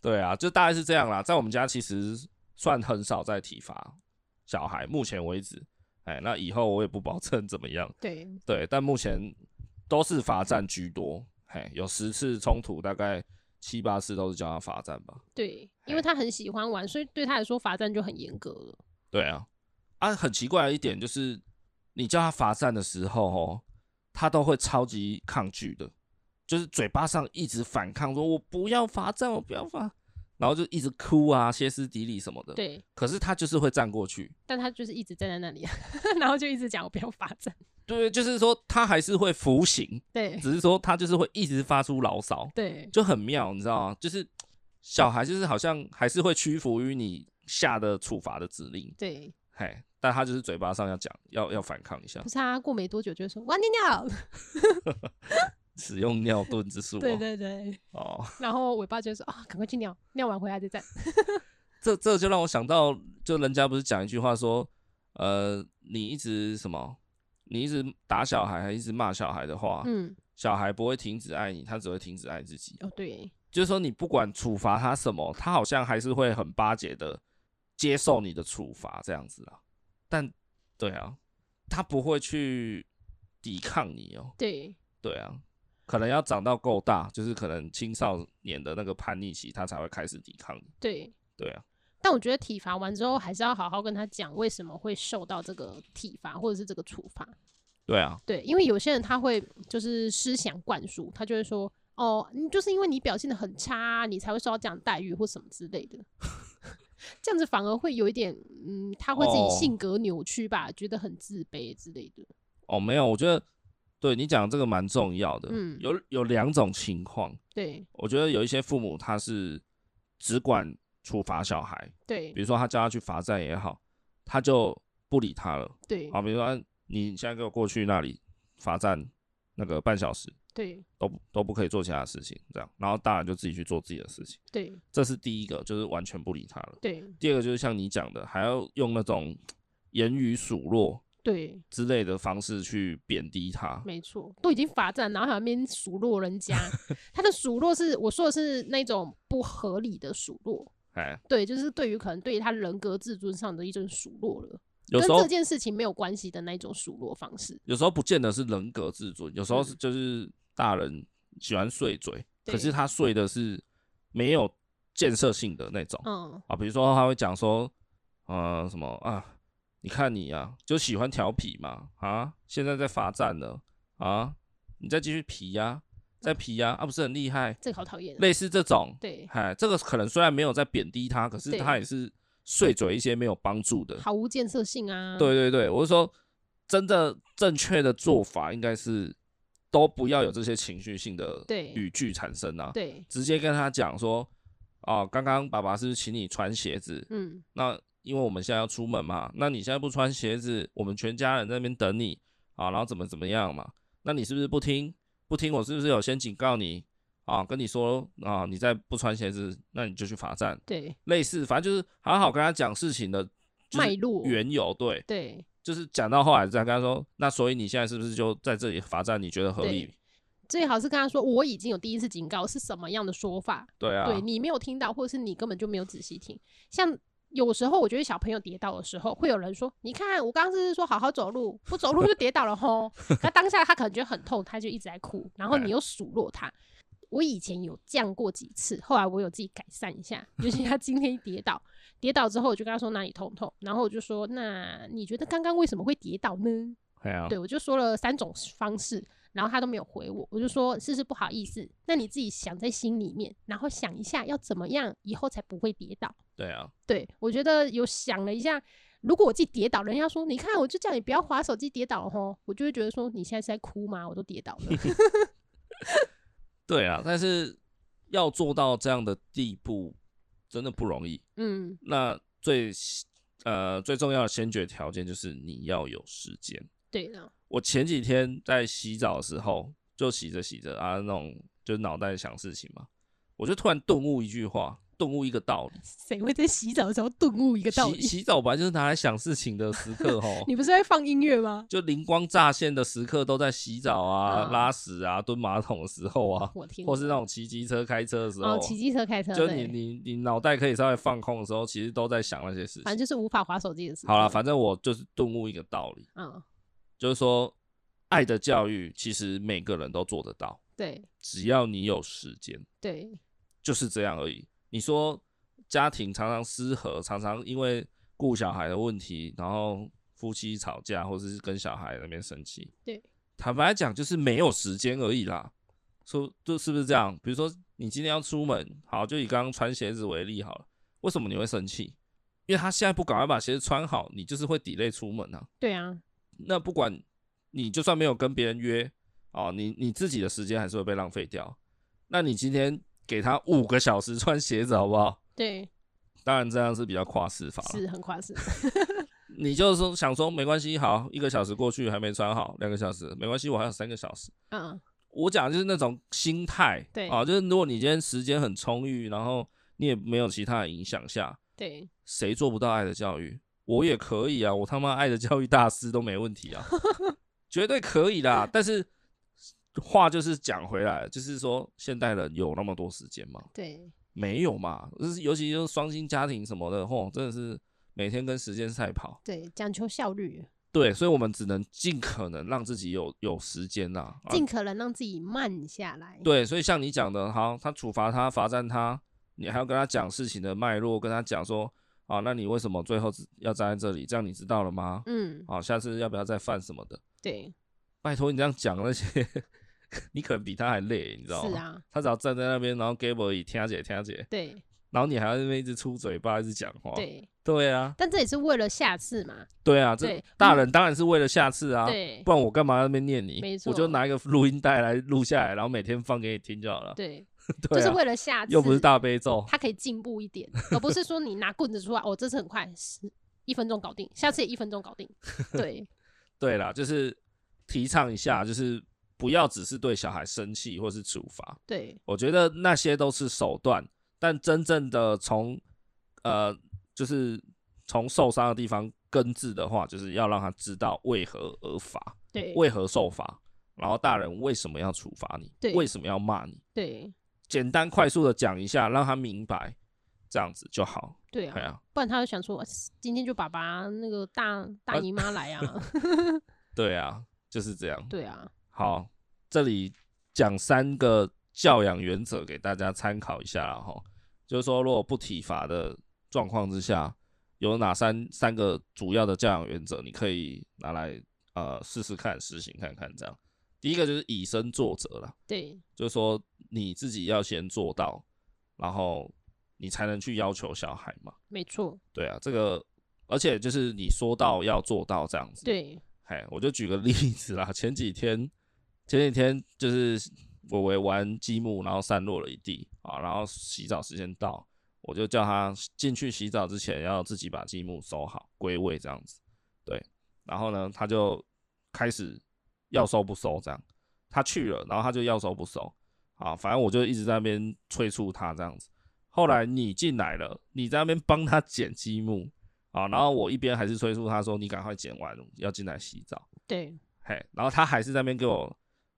对啊，就大概是这样啦。在我们家其实算很少在体罚小孩，目前为止，哎，那以后我也不保证怎么样。对对，但目前都是罚站居多，嘿，有十次冲突，大概七八次都是叫他罚站吧。对，哎因为他很喜欢玩，所以对他来说罚站就很严格了。对啊，啊，很奇怪的一点就是，你叫他罚站的时候，哦，他都会超级抗拒的，就是嘴巴上一直反抗，说我不要罚站，我不要罚，然后就一直哭啊，歇斯底里什么的。，对，可是他就是会站过去。但他就是一直站在那里， 然后就一直讲我不要罚站。对，就是说他还是会服刑，对只是说他就是会一直发出牢骚，对就很妙，你知道吗？就是小孩就是好像还是会屈服于你下的处罚的指令，对，嘿，但他就是嘴巴上要讲，要要反抗一下不。是他过没多久就会说我要尿 尿。使用尿遁之术、哦。对对对，哦，然后尾巴就说啊，赶快去尿，尿完回来再站。这这就让我想到，就人家不是讲一句话说，呃，你一直什么，你一直打小孩，还一直骂小孩的话，嗯，小孩不会停止爱你，他只会停止爱自己。哦对就是说，你不管处罚他什么，他好像还是会很巴结的接受你的处罚这样子啦。但对啊，他不会去抵抗你哦。对对啊，可能要长到够大，就是可能青少年的那个叛逆期，他才会开始抵抗你。对，对啊，但我觉得体罚完之后，还是要好好跟他讲为什么会受到这个体罚或者是这个处罚。对啊，对，因为有些人他会就是思想灌输，他就会说哦，你就是因为你表现的很差，你才会受到这样的待遇或什么之类的。 这样子反而会有一点，嗯，他会自哦己性格扭曲吧，觉得很自卑之类的。哦，没有，我觉得对你讲这个蛮重要的。嗯有有两种情况，对我觉得有一些父母他是只管处罚小孩，对比如说他叫他去罚站也好，他就不理他了。对好，比如说啊你现在给我过去那里罚站那个半小时，对都不都不可以做其他的事情，这样，然后大人就自己去做自己的事情。对这是第一个，就是完全不理他了。对第二个就是像你讲的，还要用那种言语数落对，之类的方式去贬低他。没错，都已经罚站，然后还在那边数落 人家。他的数落是我说的是那种不合理的数落，哎，对，就是对于可能对于他人格自尊上的一种数落了。有时跟候这件事情没有关系的那一种数落方式。有时候不见得是人格自尊，有时候是就是大人喜欢碎嘴，嗯对可是他碎的是没有建设性的那种、嗯，啊，比如说他会讲说，呃，什么啊，你看你啊，就喜欢调皮嘛啊，现在在罚站了啊，你再继续皮呀、再皮呀、啊，不是很厉害，这个好讨厌啊。类似这种，对，哎，这个可能虽然没有在贬低他，可是对他也是碎嘴一些没有帮助的，毫无建设性啊。对对对，我是说，真的正确的做法应该是都不要有这些情绪性的对语句产生啊，对，直接跟他讲说，哦，刚刚爸爸是请你穿鞋子，嗯，那因为我们现在要出门嘛，那你现在不穿鞋子，我们全家人在那边等你啊，然后怎么怎么样嘛，那你是不是不听？不听我是不是有先警告你啊？跟你说啊，你再不穿鞋子，那你就去罚站，对，类似，反正就是好好跟他讲事情的。就是脉络缘由对，对就是讲到后来再跟他说，那所以你现在是不是就在这里罚站？你觉得合理？最好是跟他说我已经有第一次警告是什么样的说法，对啊，对你没有听到，或者是你根本就没有仔细听。像有时候我觉得小朋友跌倒的时候，会有人说：“你看，我刚刚是说好好走路，不走路就跌倒 了吼。”他当下他可能觉得很痛，他就一直在哭，然后哎你又数落他。我以前有这样过几次，后来我有自己改善一下，就是他今天一跌倒，跌倒之后我就跟他说哪里痛痛，然后我就说：“那你觉得刚刚为什么会跌倒呢？”对啊，对，我就说了三种方式，然后他都没有回我，我就说是是不好意思，那你自己想在心里面，然后想一下要怎么样以后才不会跌倒。对啊，对我觉得有想了一下，如果我自己跌倒，人家说你看我就叫你不要划手机跌倒了吼，我就会觉得说你现在是在哭吗？我都跌倒了。 对啊，但是要做到这样的地步，真的不容易。嗯那最呃最重要的先决条件就是你要有时间。，对的，我前几天在洗澡的时候，就洗着洗着啊，那种就是脑袋想事情嘛，我就突然顿悟一句话，顿悟一个道理。谁会在洗澡的时候顿悟一个道洗理？，洗澡本来就是拿来想事情的时刻哦吼你不是在放音 乐吗？就灵光乍现的时刻都在洗澡啊、嗯拉屎啊、蹲马桶的时候 啊，我天，或是那种骑机车、开车的时候哦啊，，骑机车开车，就对你你你脑袋可以稍微放空的时候，其实都在想那些事反正情。就是无法划手机的时候。好了，反正我就是顿悟一个道理，嗯，就是说，爱的教育其实每个人都做得到，对只要你有时间，对，就是这样而已。你说家庭常常失和，常常因为顾小孩的问题，然后夫妻吵架，或者是跟小孩那边生气。对，坦白讲，就是没有时间而已啦。说就是不是这样？比如说你今天要出门，好，就以刚刚穿鞋子为例好了。为什么你会生气？因为他现在不赶快把鞋子穿好，你就是会 delay 出门啊。对啊，那不管你就算没有跟别人约哦，你你自己的时间还是会被浪费掉。那你今天给他五个小时穿鞋子好不好？对，当然这样是比较夸饰法了。是很 夸饰。你就是说想说没关系，好，一个小时过去还没穿好，两个小时没关系，我还有三个小时。嗯，我讲的就是那种心态，对啊，就是如果你今天时间很充裕，然后你也没有其他的影响下，对，谁做不到爱的教育？我也可以啊，我他妈爱的教育大师都没问题啊，绝对可以啦。但是话就是讲回来，就是说现代人有那么多时间吗？对，没有嘛，就是尤其就是双薪家庭什么的，吼，真的是每天跟时间赛跑。对，讲求效率，对，所以我们只能尽可能让自己有有时间啦、啊尽可能让自己慢下来。对，所以像你讲的，好，他处罚他，罚站他，你还要跟他讲事情的脉络，跟他讲说，啊，那你为什么最后只要站在这里？这样你知道了吗？嗯，啊，下次要不要再犯什么的？对，拜托你这样讲那些， 你可能比他还累，你知道吗？是啊，他只要站在那边，然后 g a b e 听解听解，对然后你还要在那边一直出嘴巴，一直讲话。对，对啊，但这也是为了下次嘛。对啊，对这嗯大人当然是为了下次啊，对不然我干嘛那边念你？没错我就拿一个录音带来录下来，然后每天放给你听就好了。对， 对就啊，是为了下次，又不是大悲咒。他可以进步一点，而不是说你拿棍子出来，哦，这次很快，十一分钟搞定，下次也一分钟搞 定。对对啦，就是提倡一下，就是不要只是对小孩生气或是处罚，对我觉得那些都是手段，但真正的从呃，就是从受伤的地方根治的话，就是要让他知道为何而罚，对为何受罚，然后大人为什么要处罚你对，为什么要骂你，对简单快速的讲一下，让他明白，这样子就好。对哎啊，呀，不然他就想说，今天就爸爸那个大大啊姨妈 来啊，对啊，就是这样。对啊，好，这里讲三个教养原则给大家参考一下啦哈。就是说，如果不体罚的状况之下，有哪三三个主要的教养原则，你可以拿来呃试试看，实行看看这样。第一个就是以身作则啦，对就是说你自己要先做到，然后你才能去要求小孩嘛。没错，对啊，这个而且就是你说到要做到这样子。对哎，我就举个例子啦，前几天前几天就是我为玩积木，然后散落了一地啊，然后洗澡时间到，我就叫他进去洗澡之前要自己把积木收好归位这样子，对，然后呢他就开始要收不收这样，他去了，然后他就要收不收啊，反正我就一直在那边催促他这样子。后来你进来了，你在那边帮他捡积木啊，然后我一边还是催促他说：“你赶快捡完，要进来洗澡。对”嘿，然后他还是在那边给我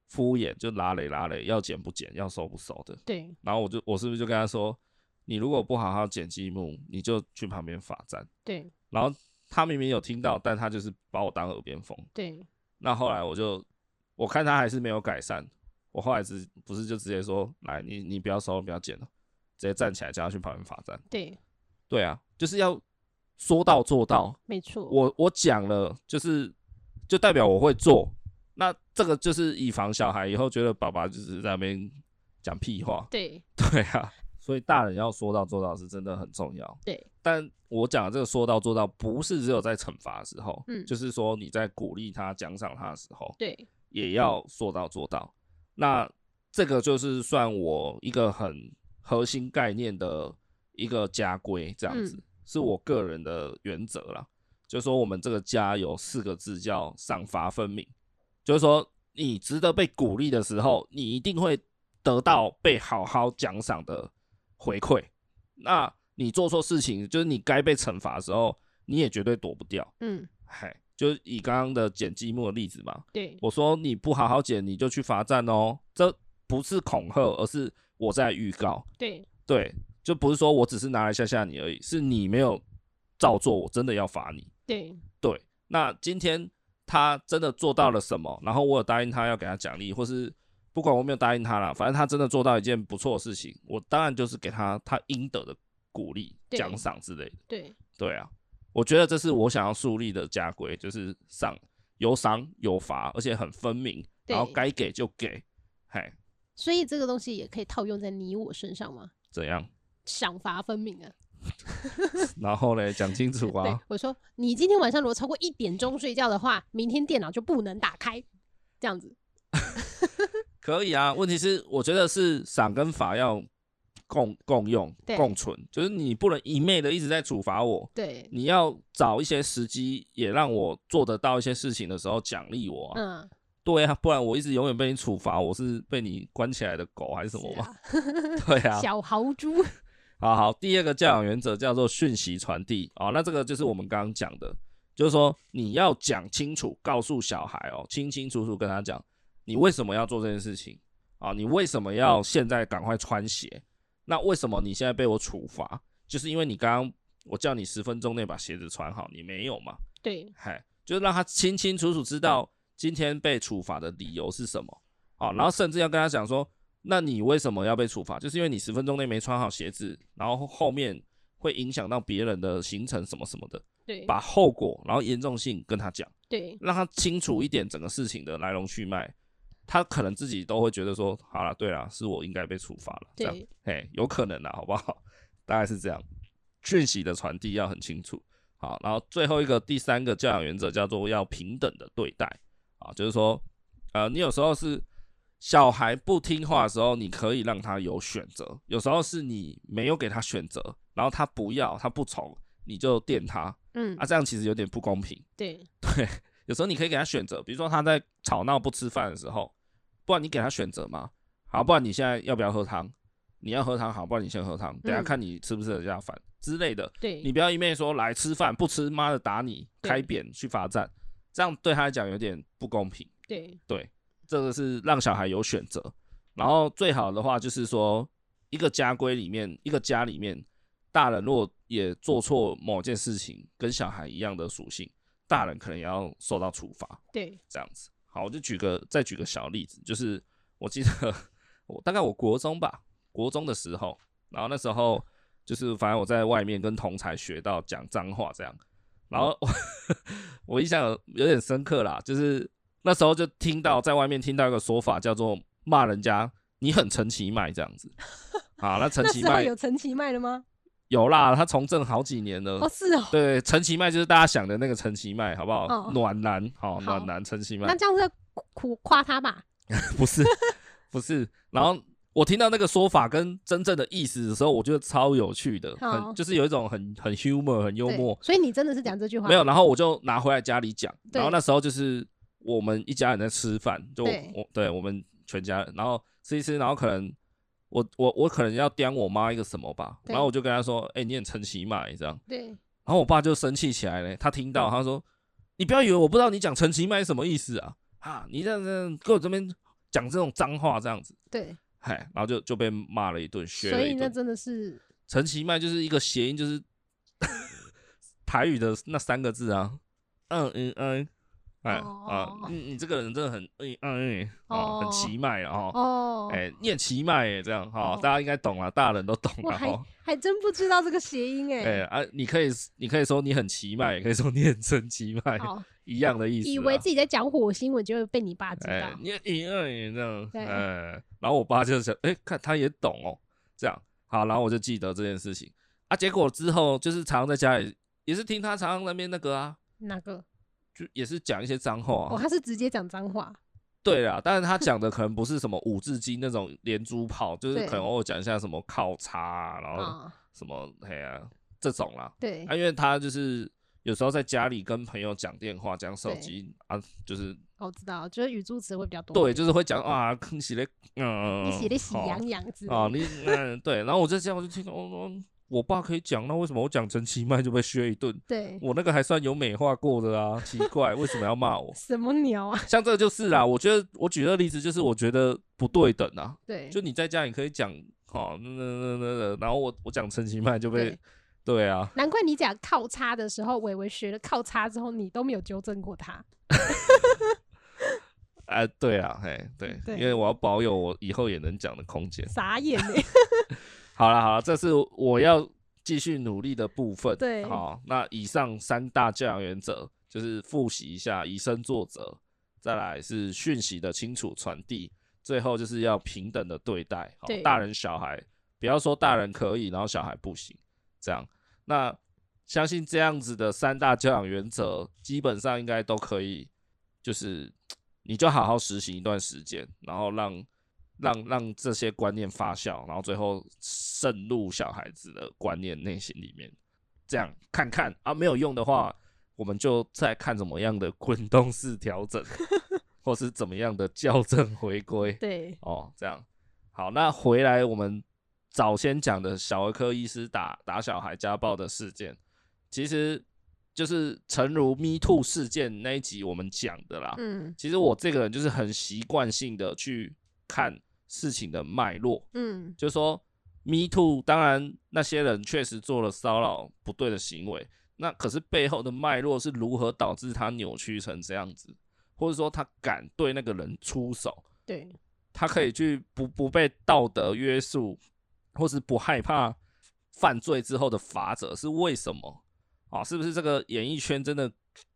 敷衍，就拉累拉累，要捡不捡，要收不收的。对然后我就我是不是就跟他说：“你如果不好好捡积木，你就去旁边罚站。对”然后他明明有听到，但他就是把我当耳边风。对那后来我就我看他还是没有改善，我后来直不是就直接说：“来，你你不要收，不要捡了。”直接站起来叫他去旁边罚站。对，对啊，就是要说到做到。没错，我我讲了，就是就代表我会做。那这个就是以防小孩以后觉得爸爸就是在那边讲屁话。 对对啊，所以大人要说到做到是真的很重要。对但我讲的这个说到做到，不是只有在惩罚的时候，嗯就是说你在鼓励他、奖赏他的时候，对，也要说到做到。那这个就是算我一个很核心概念的一个家规，这样子、嗯是我个人的原则啦。就是说我们这个家有四个字叫赏罚分明，就是说你值得被鼓励的时候，你一定会得到被好好奖赏的回馈。那你做错事情，就是你该被惩罚的时候，你也绝对躲不掉。嗯嗨，就是以刚刚的剪积木的例子嘛，对我说你不好好剪，你就去罚站哦。这不是恐吓，而是我在预告。对对，就不是说我只是拿来吓吓你而已，是你没有照做，我真的要罚你。对对，那今天他真的做到了什么？然后我有答应他要给他奖励，或是不管我有没有答应他啦，反正他真的做到一件不错的事情，我当然就是给他他应得的鼓励、对奖赏之类的。对对啊，我觉得这是我想要树立的家规，就是赏有赏有罚，而且很分明，对然后该给就给，嘿，所以这个东西也可以套用在你我身上吗？怎样？ 赏罚分明啊！然后嘞，讲清楚对啊，我说，你今天晚上如果超过一点钟睡觉的话，明天电脑就不能打开，这样子。可以啊。问题是，我觉得是赏跟罚要共共用、对共存，就是你不能一昧的一直在处罚我，对，你要找一些时机，也让我做得到一些事情的时候奖励我、啊。嗯，对啊，不然我一直永远被你处罚，我是被你关起来的狗还是什么是吗？ 啊，对啊，小豪猪，好好，第二个教养原则叫做讯息传递哦。那这个就是我们刚刚讲的，就是说你要讲清楚，告诉小孩哦，清清楚楚跟他讲，你为什么要做这件事情啊、你为什么要现在赶快穿鞋？那为什么你现在被我处罚？就是因为你刚刚我叫你十分钟内把鞋子穿好，你没有嘛？对嗨，就是让他清清楚楚知道今天被处罚的理由是什么。好，然后甚至要跟他讲说，那你为什么要被处罚？就是因为你十分钟内没穿好鞋子，然后后面会影响到别人的行程什么什么的，对把后果然后严重性跟他讲，对让他清楚一点整个事情的来龙去脉。他可能自己都会觉得说，好了，对啦，是我应该被处罚了，这样。对哎，有可能啦，好不好？大概是这样，讯息的传递要很清楚。好，然后最后一个第三个教养原则叫做要平等的对待啊，就是说，呃，你有时候是小孩不听话的时候，你可以让他有选择；有时候是你没有给他选择，然后他不要，他不从，你就电他嗯啊，这样其实有点不公平。对有时候你可以给他选择，比如说他在吵闹不吃饭的时候，不然你给他选择嘛。好，不然你现在要不要喝汤？你要喝汤好，不然你先喝汤，等下嗯看你吃不吃得下饭之类的。对你不要一面说来吃饭不吃，妈的打你，对开扁去罚站，这样对他来讲有点不公平。对这个是让小孩有选择。然后最好的话就是说，一个家规里面，一个家里面，大人如果也做错某件事情，跟小孩一样的属性，大人可能也要受到处罚。对这样子。好，我就举个再举个小例子，就是我记得我大概我国中吧，国中的时候，然后那时候就是反正我在外面跟同才学到讲脏话这样，然后我嗯 我印象有有点深刻啦，就是那时候就听嗯到在外面听到一个说法叫做骂人家你很陈其迈这样子。好，那陈那其时候迈有陈其迈了吗？有啦，他从政好几年了。哦，是哦。对，陈其迈就是大家想的那个陈其迈，好不好？哦暖男，好、好暖男陈其迈。那这样是在苦夸他吧？不是 不是。然后我听到那个说法跟真正的意思的时候，我觉得超有趣的，好很就是有一种很很 humor 很幽对，默。所以你真的是讲这句话？没有，，然后我就拿回来家里讲。对然后那时候就是我们一家人在吃饭，就我对我对我们全家人，然后吃一吃，然后可能。我我我可能要刁我妈一个什么吧，对然后我就跟她说：“哎、你很陈其迈这样。”对然后我爸就生气起来了，他听嗯到他说：“你不要以为我不知道你讲陈其迈是什么意思啊！啊，你这样这样跟我这边讲这种脏话这样子，对，嗨，然后就就被骂了一顿，学所了一以那顿。真的是陈其迈就是一个谐音，就是 台语的那三个字啊，嗯嗯嗯，哎哦啊，你你这个人真的很哎哎啊，哦很奇迈啊哦，哦，哎，你也奇迈哎，这样哈哦，大家应该懂了，大人都懂我了还哦。还真不知道这个谐音哎哎、啊， 你可以你可以说你很奇迈，也可以说你很神奇迈，好，一样的意思啊。以为自己在讲火星文，结果被你爸知哎道，，你你二你这样，对哎，然后我爸就想，哎，看他也懂哦，这样好，然后我就记得这件事情啊。结果之后就是常常在家里，也是听他常常那边那个啊，哪个？就也是讲一些脏话哦，啊。他是直接讲脏话，对啦，但是他讲的可能不是什么五字经那种连珠炮，就是对可能偶尔讲一下什么靠叉啊，然后啊，什么哎呀这种啦。对啊，因为他就是有时候在家里跟朋友讲电话、讲手对机啊，就是我知道，就是语助词会比较多。对，，就是会讲啊，坑喜嘞，嗯，哦你写的喜哦羊羊之类啊，的，你嗯对，然后我就这样，我就听到哦，哦我爸可以讲，那为什么我讲陈其迈就被削一 顿？对，我那个还算有美化过的 啊，奇怪，为什么要骂我？什么鸟啊？像这个就是啦，我觉得我举个例子，就是我觉得不对等啊，对，就你在家你可以讲哦，那那那那，那然后我我讲陈其迈就被对，对啊，难怪你讲靠叉的时候，伟伟学了靠叉之后，你都没有纠正过他。哎，对啊，嘿，对，对因为我要保有我以后也能讲的空间。傻眼欸 嘞！好了好了，这是我要继续努力的部分。对好，那以上三大教养原则就是复习一下，以身作则，再来是讯息的清楚传递，最后就是要平等的对待，好对，大人小孩，不要说大人可以，然后小孩不行，这样。那相信这样子的三大教养原则，基本上应该都可以，就是你就好好实行一段时间，然后让让让这些观念发酵，然后最后渗入小孩子的观念内心里面，这样看看啊，没有用的话，我们就再看怎么样的 滚动式调整，或是怎么样的校正回归。 对，哦，这样好，那回来我们早先讲的小儿科医师打打小孩家暴的事件，其实就是诚如 Me Too 事件那一集我们讲的啦。嗯其实我这个人就是很习惯性的去看事情的脉络，嗯，就是说 Me Too，当然那些人确实做了骚扰不对的行为，那可是背后的脉络是如何导致他扭曲成这样子，或者说他敢对那个人出手。对，他可以去不不被道德约束，或是不害怕犯罪之后的法则是为什么？啊，是不是这个演艺圈真的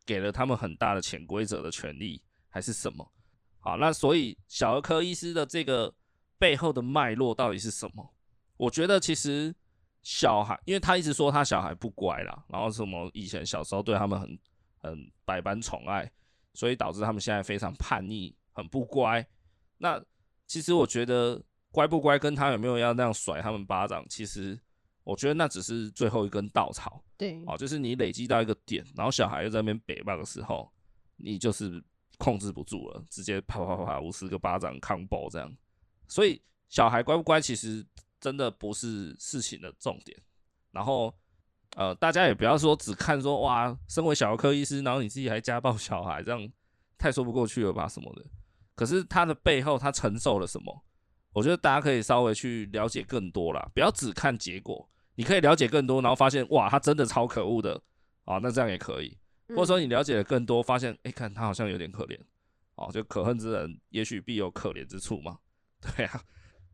给了他们很大的潜规则的权利，还是什么？好，那所以小儿科医师的这个背后的脉络到底是什么？我觉得其实小孩，因为他一直说他小孩不乖啦，然后什么以前小时候对他们很很百般宠爱，所以导致他们现在非常叛逆，很不乖。那其实我觉得乖不乖跟他有没有要那样甩他们巴掌，其实我觉得那只是最后一根稻草对，哦，就是你累积到一个点，然后小孩又在那边北骂的时候，你就是控制不住了，直接啪啪啪啪五十个巴掌 combo 这样。所以小孩乖不乖，其实真的不是事情的重点。然后呃，大家也不要说只看说哇，身为小儿科医师，然后你自己还家暴小孩，这样太说不过去了吧什么的。可是他的背后，他承受了什么？我觉得大家可以稍微去了解更多啦，不要只看结果，你可以了解更多，然后发现哇，他真的超可恶的啊，那这样也可以。嗯或者说你了解的更多，发现哎、诶看他好像有点可怜哦，就可恨之人，也许必有可怜之处嘛。 对啊，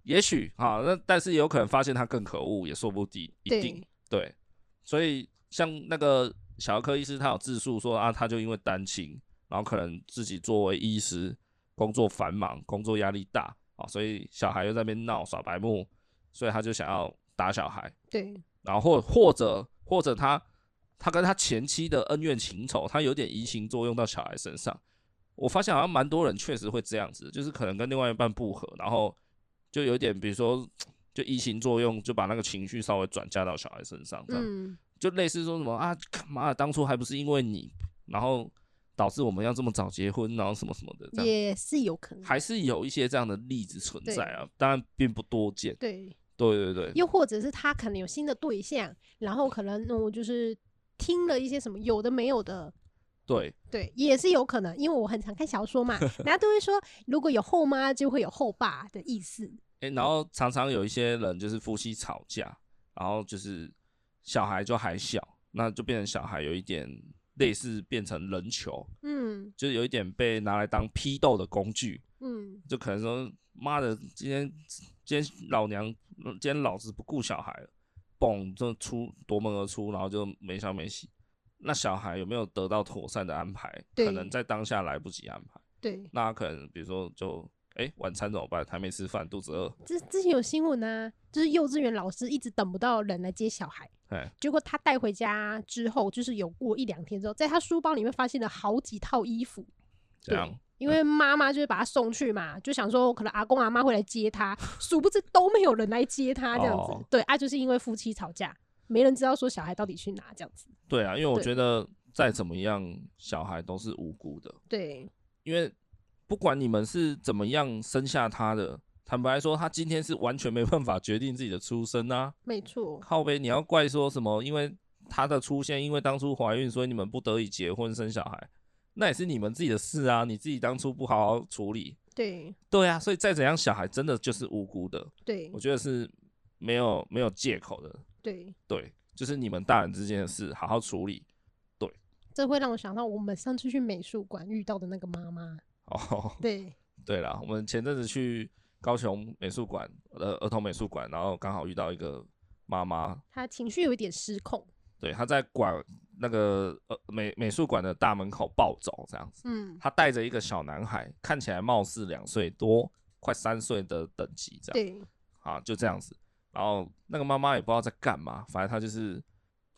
也许啊，那但是也有可能发现他更可恶，也说不定，一定对。所以像那个小儿科医师，他有自述说啊，他就因为单亲，然后可能自己作为医师，工作繁忙，工作压力大啊，所以小孩又在那边闹耍白目，所以他就想要打小孩。对然后或或者或者他他跟他前妻的恩怨情仇，他有点移情作用到小孩身上。我发现好像蛮多人确实会这样子，就是可能跟另外一半不和，然后就有点比如说就移情作用，就把那个情绪稍微转嫁到小孩身上，这样、嗯，就类似说什么啊，干嘛当初还不是因为你，然后导致我们要这么早结婚，然后什么什么的，这样也是有可能。还是有一些这样的例子存在啊，当然并不多见。对，对对对，又或者是他可能有新的对象，然后可能我就是听了一些什么有的没有的。对对，也是有可能，因为我很常看小说嘛，人家都会说，如果有后妈就会有后爸的意思。哎、然后常常有一些人就是夫妻吵架，然后就是小孩就还小，那就变成小孩有一点类似变成人球，嗯，就是有一点被拿来当批斗的工具，嗯，就可能说妈的，今天今天老娘嗯今天老子不顾小孩了，嘣就出夺门而出，然后就没消没息。那小孩有没有得到妥善的安排？对可能在当下来不及安排。对，那他可能比如说就哎、诶晚餐怎么办？还没吃饭，肚子饿。之之前有新闻啊，就是幼稚园老师一直等不到人来接小孩，哎，结果他带回家之后，就是有过一两天之后，在他书包里面发现了好几套衣服，这样因为妈妈就是把他送去嘛，就想说可能阿公阿妈会来接他，殊不知都没有人来接他这样子。哦对啊，就是因为夫妻吵架，没人知道说小孩到底去哪这样子。对啊，因为我对觉得再怎么样，小孩都是无辜的。对，因为不管你们是怎么样生下他的，坦白说，他今天是完全没办法决定自己的出生啊。没错，靠呗，你要怪说什么？因为他的出现，因为当初怀孕，所以你们不得已结婚生小孩，那也是你们自己的事啊，你自己当初不好好处理。对对啊，所以再怎样，小孩真的就是无辜的，对我觉得是没有没有借口的。对，对，就是你们大人之间的事，好好处理。这会让我想到我们上次去美术馆遇到的那个妈妈。哦，对，对啦，我们前阵子去高雄美术馆，呃，儿童美术馆，然后刚好遇到一个妈妈，她情绪有一点失控。对，她在馆那个呃美美术馆的大门口暴走这样子，嗯，她带着一个小男孩，看起来貌似两岁多，快三岁的等级这样，对啊，就这样子，然后那个妈妈也不知道在干嘛，反正她就是。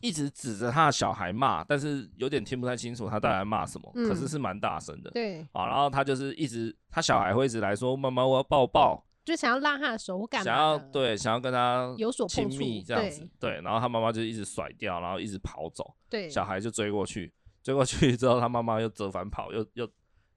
一直指着她的小孩骂，但是有点听不太清楚她到底在骂什么，嗯可是是蛮大声的对，啊。然后她就是一直，她小孩会一直来说：“妈妈，我要抱抱。”就想要拉她的手或干嘛想要的对想要跟他有所亲碰触密这样子，对，然后他妈妈就一直甩掉，然后一直跑走，对小孩就追过去，追过去之后，他妈妈又折返跑，又又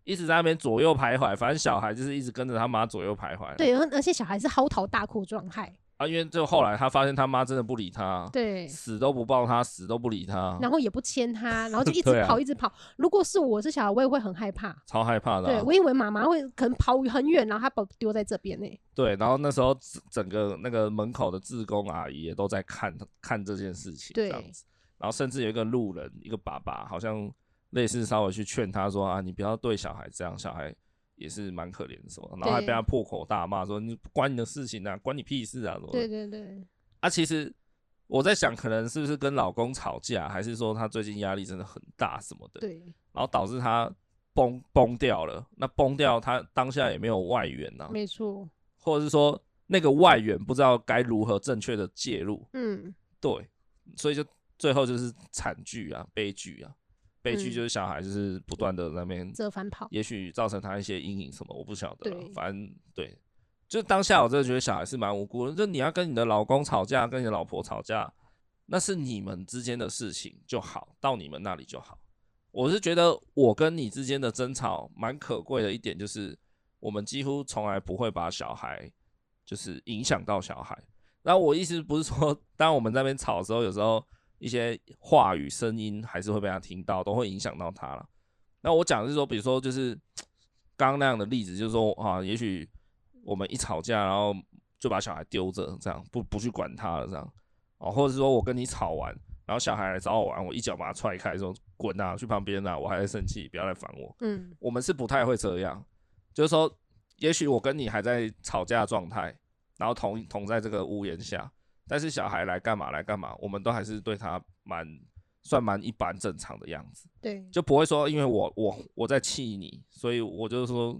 一直在那边左右徘徊，反正小孩就是一直跟着他妈左右徘徊，对，而而且小孩是嚎啕大哭状态。啊，因为就后来他发现他妈真的不理他，对，死都不抱他，死都不理他，然后也不牵他，然后就一直啊对啊跑，一直跑。如果是我是小孩，我也会很害怕。超害怕的啊、对，我以为妈妈会可能跑很远，然后她把我丢在这边呢、对，然后那时候整整个那个门口的志工阿姨也都在看看这件事情，这对样子。然后甚至有一个路人，一个爸爸，好像类似稍微去劝他说啊，你不要对小孩这样，小孩也是蛮可怜的什么的。然后还被对他破口大骂说你不关你的事情啊，关你屁事啊什么的。对对对，啊，其实我在想，可能是不是跟老公吵架，还是说她最近压力真的很大什么的，对然后导致她崩崩掉了。那崩掉，她当下也没有外援啊呐、没错，或者是说那个外援不知道该如何正确的介入，嗯，对，所以就最后就是惨剧啊，悲剧啊，悲剧嗯就是小孩就是不断的那边，折返跑，也许造成他一些阴影什么，我不晓得啦对，反正对，就当下我真的觉得小孩是蛮无辜的，就你要跟你的老公吵架，跟你的老婆吵架，那是你们之间的事情就好，到你们那里就好。我是觉得我跟你之间的争吵蛮可贵的一点，就是我们几乎从来不会把小孩就是影响到小孩。然后我意思不是说，当我们在那边吵的时候，有时候一些话语、声音还是会被他听到，都会影响到他了。那我讲的是说，比如说就是刚刚那样的例子，就是说啊，也许我们一吵架，然后就把小孩丢着，这样不不去管他了，这样哦，或者是说我跟你吵完，然后小孩来找我玩，我一脚把他踹开，说滚啊，去旁边啊，我还在生气，不要来烦我。嗯，我们是不太会这样，就是说，也许我跟你还在吵架的状态，然后同同在这个屋檐下，但是小孩来干嘛来干嘛，我们都还是对他蛮算蛮一般正常的样子，对就不会说因为我我我在气你，所以我就说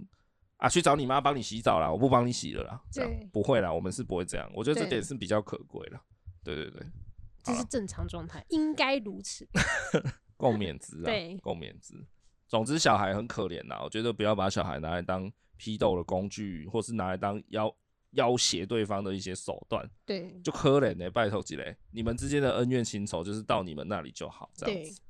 啊去找你妈帮你洗澡啦，我不帮你洗了啦，这对样不会啦，我们是不会这样，我觉得这对点是比较可贵了，对对对，这好是啦正常状态，应该如此。共勉之啊，对共勉之。总之，小孩很可怜呐，我觉得不要把小孩拿来当批斗的工具，或是拿来当要要挟对方的一些手段，对就可怜呢、欸拜托几嘞，你们之间的恩怨情仇就是到你们那里就好，这样对子。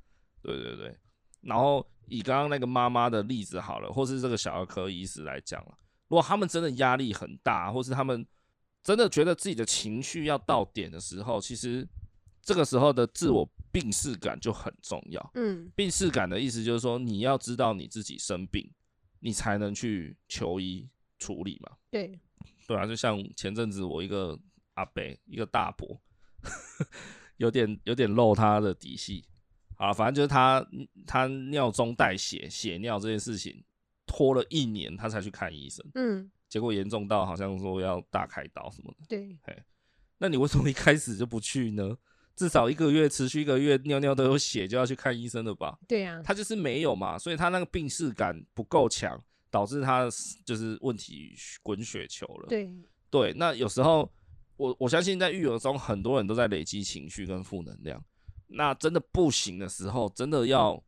对对对。然后以刚刚那个妈妈的例子好了，或是这个小儿科医师来讲了，如果他们真的压力很大，或是他们真的觉得自己的情绪要到点的时候，其实这个时候的自我病视感就很重要。嗯，病逝感的意思就是说，你要知道你自己生病，你才能去求医处理嘛。对对啊，就像前阵子我一个 阿伯，一个大伯，有点有点露他的底细。啊，反正就是他他尿中带血，血尿这件事情拖了一年，他才去看医生，嗯，结果严重到好像说要大开刀什么的。对，那你为什么一开始就不去呢？至少一个月持续一个月尿尿都有血，就要去看医生了吧？对啊，他就是没有嘛，所以他那个病视感不够强，导致他就是问题滚雪球了。对，对，那有时候我我相信在育儿中，很多人都在累积情绪跟负能量。那真的不行的时候，真的要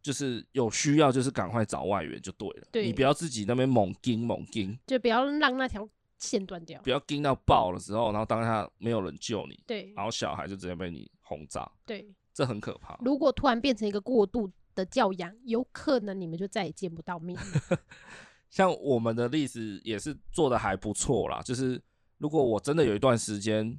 就是有需要，就是赶快找外援就对了。对你不要自己那边猛盯猛盯，就不要让那条线断掉。不要盯到爆的时候，然后当下没有人救你，对然后小孩就直接被你轰炸，对，这很可怕。如果突然变成一个过度的教养，有可能你们就再也见不到面了。像我们的例子也是做的还不错啦，就是如果我真的有一段时间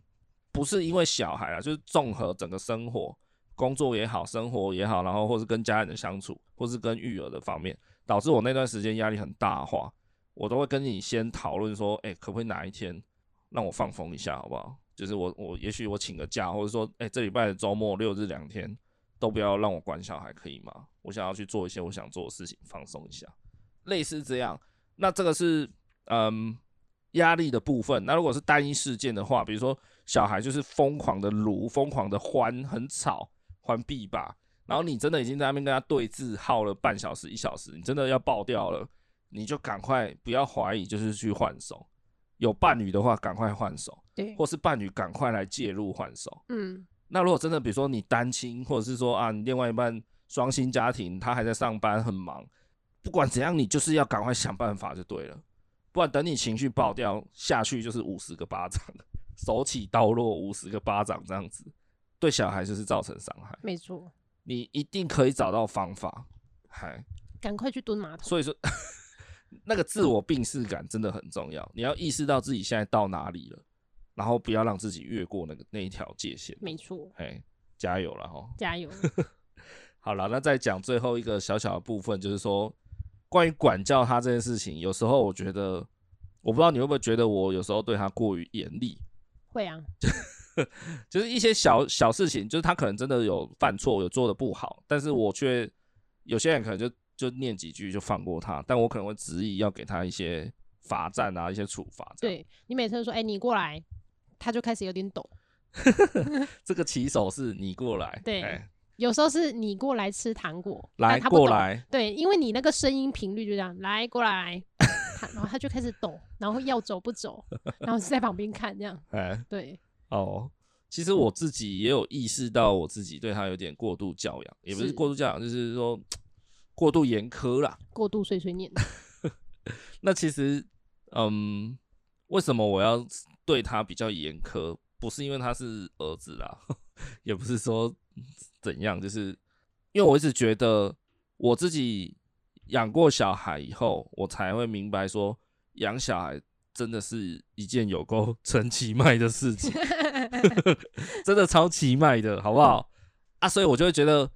不是因为小孩啊，就是综合整个生活、工作也好、生活也好，然后或是跟家人的相处，或是跟育儿的方面，导致我那段时间压力很大的话，我都会跟你先讨论说，哎、可不可以哪一天让我放风一下，好不好？就是我我也许我请个假，或者说，哎、这礼拜的周末六日两天都不要让我管小孩，可以吗？我想要去做一些我想做的事情，放松一下，类似这样。那这个是嗯压力的部分。那如果是单一事件的话，比如说小孩就是疯狂的撸、疯狂的欢，很吵，欢必吧。然后你真的已经在那边跟他对峙耗了半小时、一小时，你真的要爆掉了，你就赶快不要怀疑，就是去换手。有伴侣的话，赶快换手，对，或是伴侣赶快来介入换手。嗯，那如果真的，比如说你单亲，或者是说啊，你另外一半双薪家庭，他还在上班，很忙，不管怎样，你就是要赶快想办法就对了，不然等你情绪爆掉下去，就是五十个巴掌，手起刀落五十个巴掌这样子，对小孩就是造成伤害。没错，你一定可以找到方法，嗨，赶快去蹲马桶。所以说 那个自我病视感真的很重要，你要意识到自己现在到哪里了，然后不要让自己越过那个那一条界限，没错，哎，加油了哈。加 油。好了，那再讲最后一个小小的部分，就是说关于管教他这件事情，有时候我觉得，我不知道你会不会觉得我有时候对他过于严厉，会啊，就是一些嗯小小事情，就是他可能真的有犯错，有做的不好，但是我却有些人可能就就念几句就放过他，但我可能会执意要给他一些罚站啊，一些处罚。，对你每次都说，哎、你过来，他就开始有点抖。这个起手是你过来，对哎有时候是你过来吃糖果，来但他不懂过。来，对，因为你那个声音频率就这样，来 过来，他然后他就开始抖，然后要走不走，然后就在旁边看这样。哎，对，哦，其实我自己也有意识到，我自己对他有点过度教养，也不是是过度教养，就是说过度严苛啦。过度碎碎念。 那其实，嗯，为什么我要对他比较严苛？不是因为他是儿子啦， 也不是说怎样，就是因为我一直觉得我自己养过小孩以后，我才会明白说，养小孩真的是一件有够 成其迈的事情。真的超奇迈的，好不好？啊，所以我就会觉得，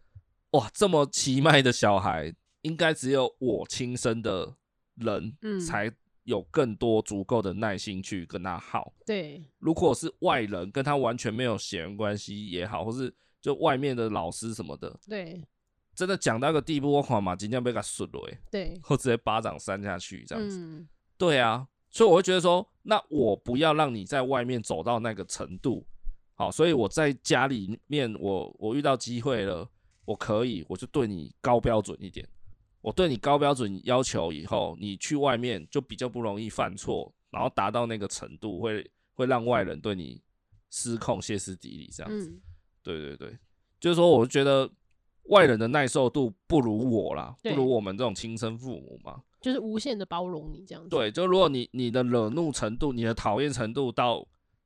哇，这么奇迈的小孩，应该只有我亲生的人，嗯才有更多足够的耐心去跟他耗。对，如果是外人，跟他完全没有血缘关系也好，或是就外面的老师什么的，对，真的讲到一个地步，我恐嘛，今天被他损了、欸，对，我直接巴掌扇下去这样子。嗯，对啊，所以我会觉得说，那我不要让你在外面走到那个程度，好，所以我在家里面我，我遇到机会了，我可以，我就对你高标准一点，我对你高标准要求以后，你去外面就比较不容易犯错，然后达到那个程度，会会让外人对你失控、歇斯底里这样子。嗯，对对对，就是说，我觉得外人的耐受度不如我啦，不对如我们这种亲生父母嘛。就是无限的包容你这样子。对，就如果你你的惹怒程度、你的讨厌程度到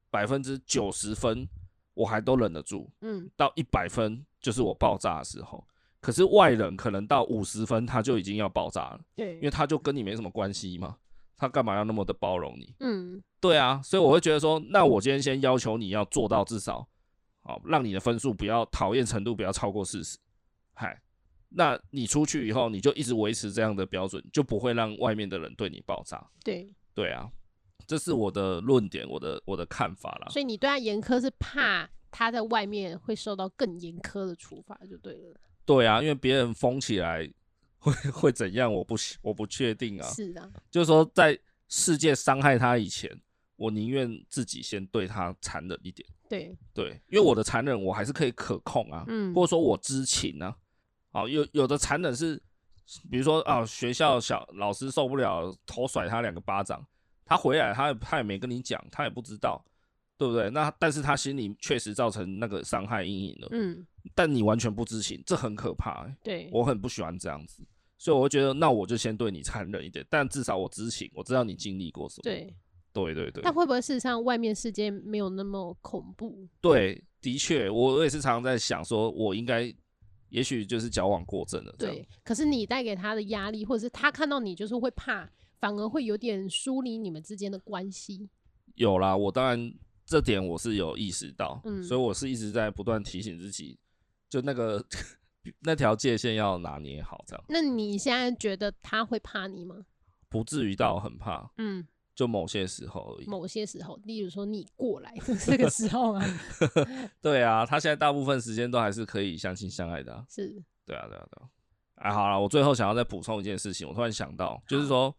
百分之九十分，我还都忍得住；嗯，到一百分就是我爆炸的时候。可是外人可能到五十分他就已经要爆炸了，因为对，他就跟你没什么关系嘛，他干嘛要那么的包容你？嗯，对啊，所以我会觉得说，那我今天先要求你要做到至少，好，让你的分数不要讨厌程度不要超过四十，嗨，那你出去以后你就一直维持这样的标准，就不会让外面的人对你爆炸。对，对啊，这是我的论点，我的我的看法啦。所以你对他严苛是怕他在外面会受到更严苛的处罚，就对了。对啊，因为别人封起来会会怎样，我不喜我不确定啊。是的，就是说，在世界伤害他以前，我宁愿自己先对他残忍一点。对，对，因为我的残忍我还是可以可控啊，嗯或者说我知情啊。好，有有的残忍是，比如说啊，学校小老师受不了，头甩他两个巴掌，他回来他也他也没跟你讲，他也不知道，对不对？那但是他心里确实造成那个伤害阴影了，嗯，但你完全不知情，这很可怕、欸。对，我很不喜欢这样子，所以我会觉得，那我就先对你残忍一点，但至少我知情，我知道你经历过什么。对。对对对但会不会事实上外面世界没有那么恐怖？对，的确，我我也是常常在想，说我应该，也许就是矫枉过正了。这样对，，可是你带给他的压力，或者是他看到你就是会怕，反而会有点疏离你们之间的关系。有啦，我当然这点我是有意识到，嗯所以我是一直在不断提醒自己，就那个 那条界限要拿捏好，这样那你现在觉得他会怕你吗？不至于到很怕，嗯，就某些时候而已。某些时候，例如说你过来这个时 候啊，对啊，他现在大部分时间都还是可以相亲相爱的啊、是对啊，对啊，对啊。哎，好了，我最后想要再补充一件事情，我突然想到，就是说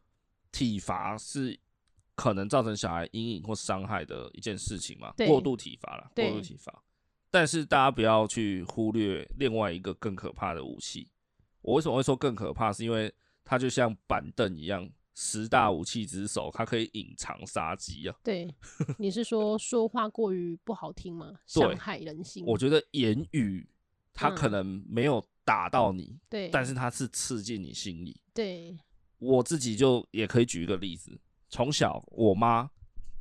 体罚是可能造成小孩阴影或伤害的一件事情嘛，对过度体罚啦，过对度体罚。但是大家不要去忽略另外一个更可怕的武器。我为什么会说更可怕？是因为它就像板凳一样，十大武器之首，它可以隐藏杀机啊。对，你是说说话过于不好听吗？ 对伤害人心？我觉得言语它嗯可能没有打到你，对，但是它是刺进你心里。对我自己就也可以举一个例子，从小我妈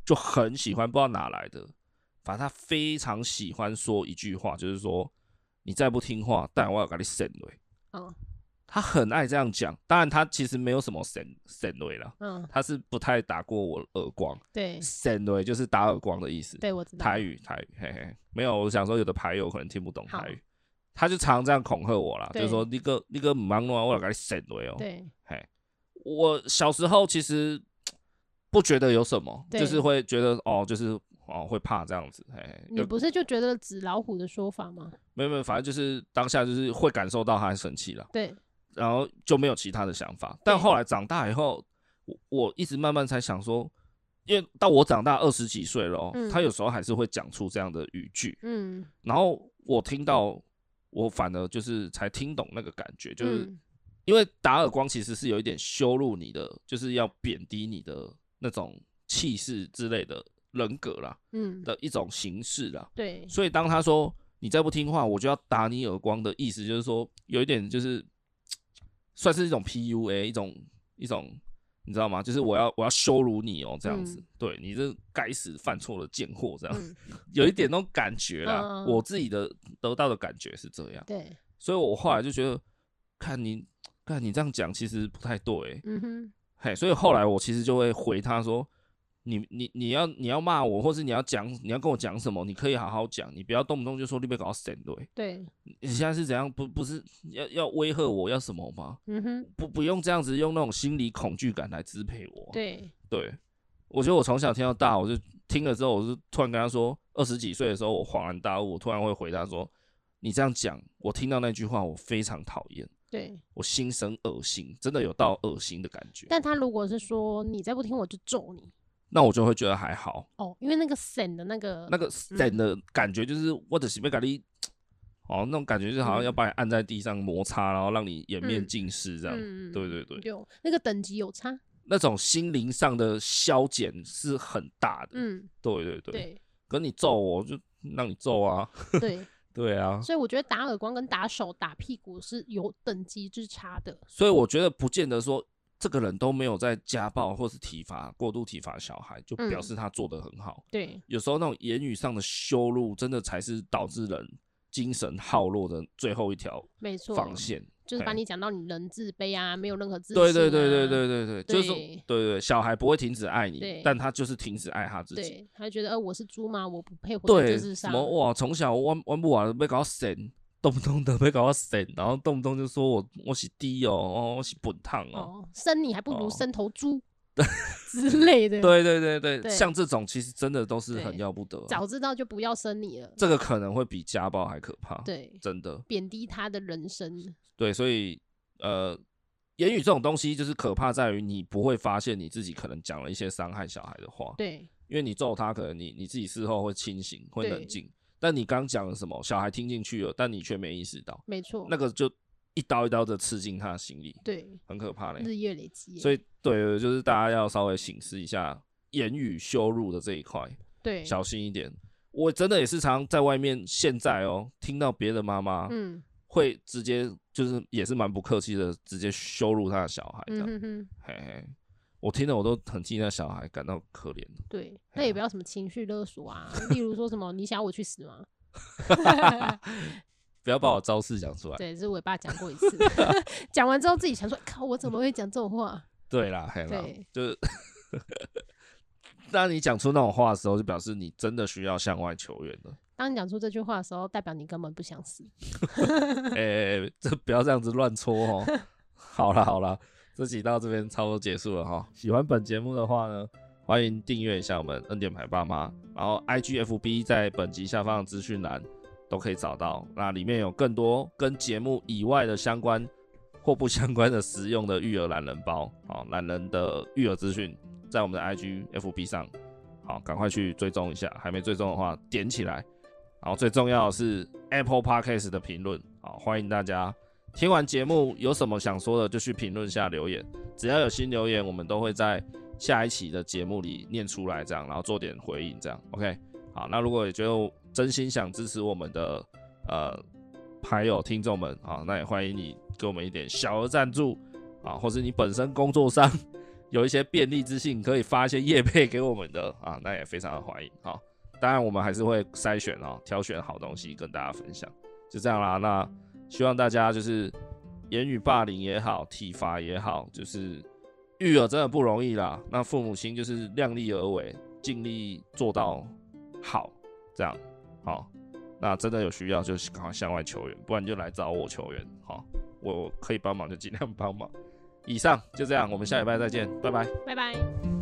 就很喜欢，不知道哪来的，反正她非常喜欢说一句话，就是说你再不听话，但我要给你省了。嗯她很爱这样讲，当然她其实没有什么省省了啦，嗯，她是不太打过我耳光，对省了就是打耳光的意思。对，我知道。台语台语，嘿嘿，没有，我想说有的牌友可能听不懂好台语，他就常这样恐吓我啦，就对是说你个你个唔忙弄啊，我要给你省了哦。对嘿，我小时候其实不觉得有什么，对就是会觉得哦，就是哦会怕这样子。嘿，你有不是就觉得纸老虎的说法吗？没有没有，反正就是当下就是会感受到他生气了，对，然后就没有其他的想法。但后来长大以后，我我一直慢慢才想说，因为到我长大二十几岁了、哦，嗯他有时候还是会讲出这样的语句，嗯，然后我听到。我反而就是才听懂那个感觉，就是嗯因为打耳光其实是有一点羞辱你的，就是要贬低你的那种气势之类的人格啦嗯，的一种形式啦。对所以当他说你再不听话，我就要打你耳光的意思，就是说有一点就是嘖算是一种 PUA，一种一种你知道吗？就是我要我要羞辱你哦，这样子，嗯对你这该死犯错的贱货，这样、 嗯有一点那种感觉啦。嗯嗯嗯我自己的得到的感觉是这样。对，所以我后来就觉得，看你，看你这样讲其实不太对，欸嗯哼，嘿，所以后来我其实就会回他说，你你你要你要骂我，或是你要讲你要跟我讲什么，你可以好好讲，你不要动不动就说你被搞神对，对，你现在是怎样？不不是要要威吓我要什么吗？嗯哼，不不用这样子用那种心理恐惧感来支配我，对，对我觉得我从小听到大，我就听了之后，我就突然跟他说，二十几岁的时候我恍然大悟，我突然会回答说，你这样讲，我听到那句话我非常讨厌。对。我心生恶心，真的有到恶心的感觉。但他如果是说你再不听我就揍你那我就会觉得还好，哦，因为那个省的那个嗯那个整的感觉就是我的是被咖喱，哦，那种感觉就嗯好像要把你按在地上摩擦，然后让你颜面尽失这样。嗯嗯对对对，有那个等级有差，那种心灵上的消减是很大的。嗯，对对对，对可你揍我，我就让你揍啊。 对，对啊，所以我觉得打耳光跟打手、打屁股是有等级之差的，所以我觉得不见得说这个人都没有在家暴或是体罚、过度体罚小孩，就表嗯示他做得很好。对有时候那种言语上的羞辱，真的才是导致人精神耗落的最后一条没错，防线。就是把嘿你讲到你人自卑啊，没有任何自信、啊，哎对对对对对对对，就是说对对对，小孩不会停止爱你对，但他就是停止爱他自己。对，他就觉得呃我是猪吗？我不配活在对，这世什上，么哇，从小玩玩不完被搞神，动不动的被搞神，然后动不动就说我我是低哦，哦我是笨烫哦，哦，生你还不哦如生头猪，之类的。，对对对对，对像这种其实真的都是很对要不得啊、早知道就不要生你了。这个可能会比家暴还可怕。，对，真的贬低他的人生。对，所以呃，言语这种东西就是可怕在于你不会发现你自己可能讲了一些伤害小孩的话，对因为你揍他，可能你你自己事后会清醒，会冷对静，但你刚讲了什么，小孩听进去了，但你却没意识到，没错，那个就一刀一刀的刺进他的心里，对很可怕嘞。日月累积。哎所以对，就是大家要稍微醒思一下言语羞辱的这一块，对，小心一点。我真的也是常在外面，现在哦，听到别的妈妈嗯会直接就是也是蛮不客气的，直接羞辱他的小孩这嗯样。哼哼，嘿嘿，我听了我都很替那小孩感到可怜。对，哎那也不要什么情绪勒索啊，例如说什么你想要我去死 吗？不要把我招式讲出来。哦对，这是我爸讲过 一次，讲完之后自己想说，靠，我怎么会讲这种话？ 对啦，嘿啦对，就是。 当你讲出那种话的时候，就表示你真的需要向外求援了。当你讲出这句话的时候，代表你根本不想死。哎、这不要这样子乱戳哦。好啦好啦，这集到这边差不多结束了哈。喜欢本节目的话呢，欢迎订阅一下我们恩典牌爸妈，然后 IGFB 在本集下方的资讯栏都可以找到，那里面有更多跟节目以外的相关或不相关的实用的育儿懒人包，好懒人的育儿资讯，在我们的 IGFB 上，好赶快去追踪一下，还没追踪的话点起来。然后最重要的是 Apple Podcast 的评论，好，欢迎大家听完节目有什么想说的，就去评论下留言，只要有新留言，我们都会在下一期的节目里念出来，这样，然后做点回应，这样，OK，好，那如果也觉得真心想支持我们的呃牌友听众们啊，那也欢迎你给我们一点小额赞助啊，或是你本身工作上 有一些便利之性，可以发一些业配给我们的啊，那也非常的欢迎好，当然，我们还是会筛选哦，挑选好东西跟大家分享。就这样啦，那希望大家就是言语霸凌也好，体罚也好，就是育儿真的不容易啦。那父母亲就是量力而为，尽力做到好，这样好。那真的有需要就是赶快向外求援，不然你就来找我求援。好，我可以帮忙就尽量帮忙。以上就这样，我们下礼拜再见，拜拜。拜拜。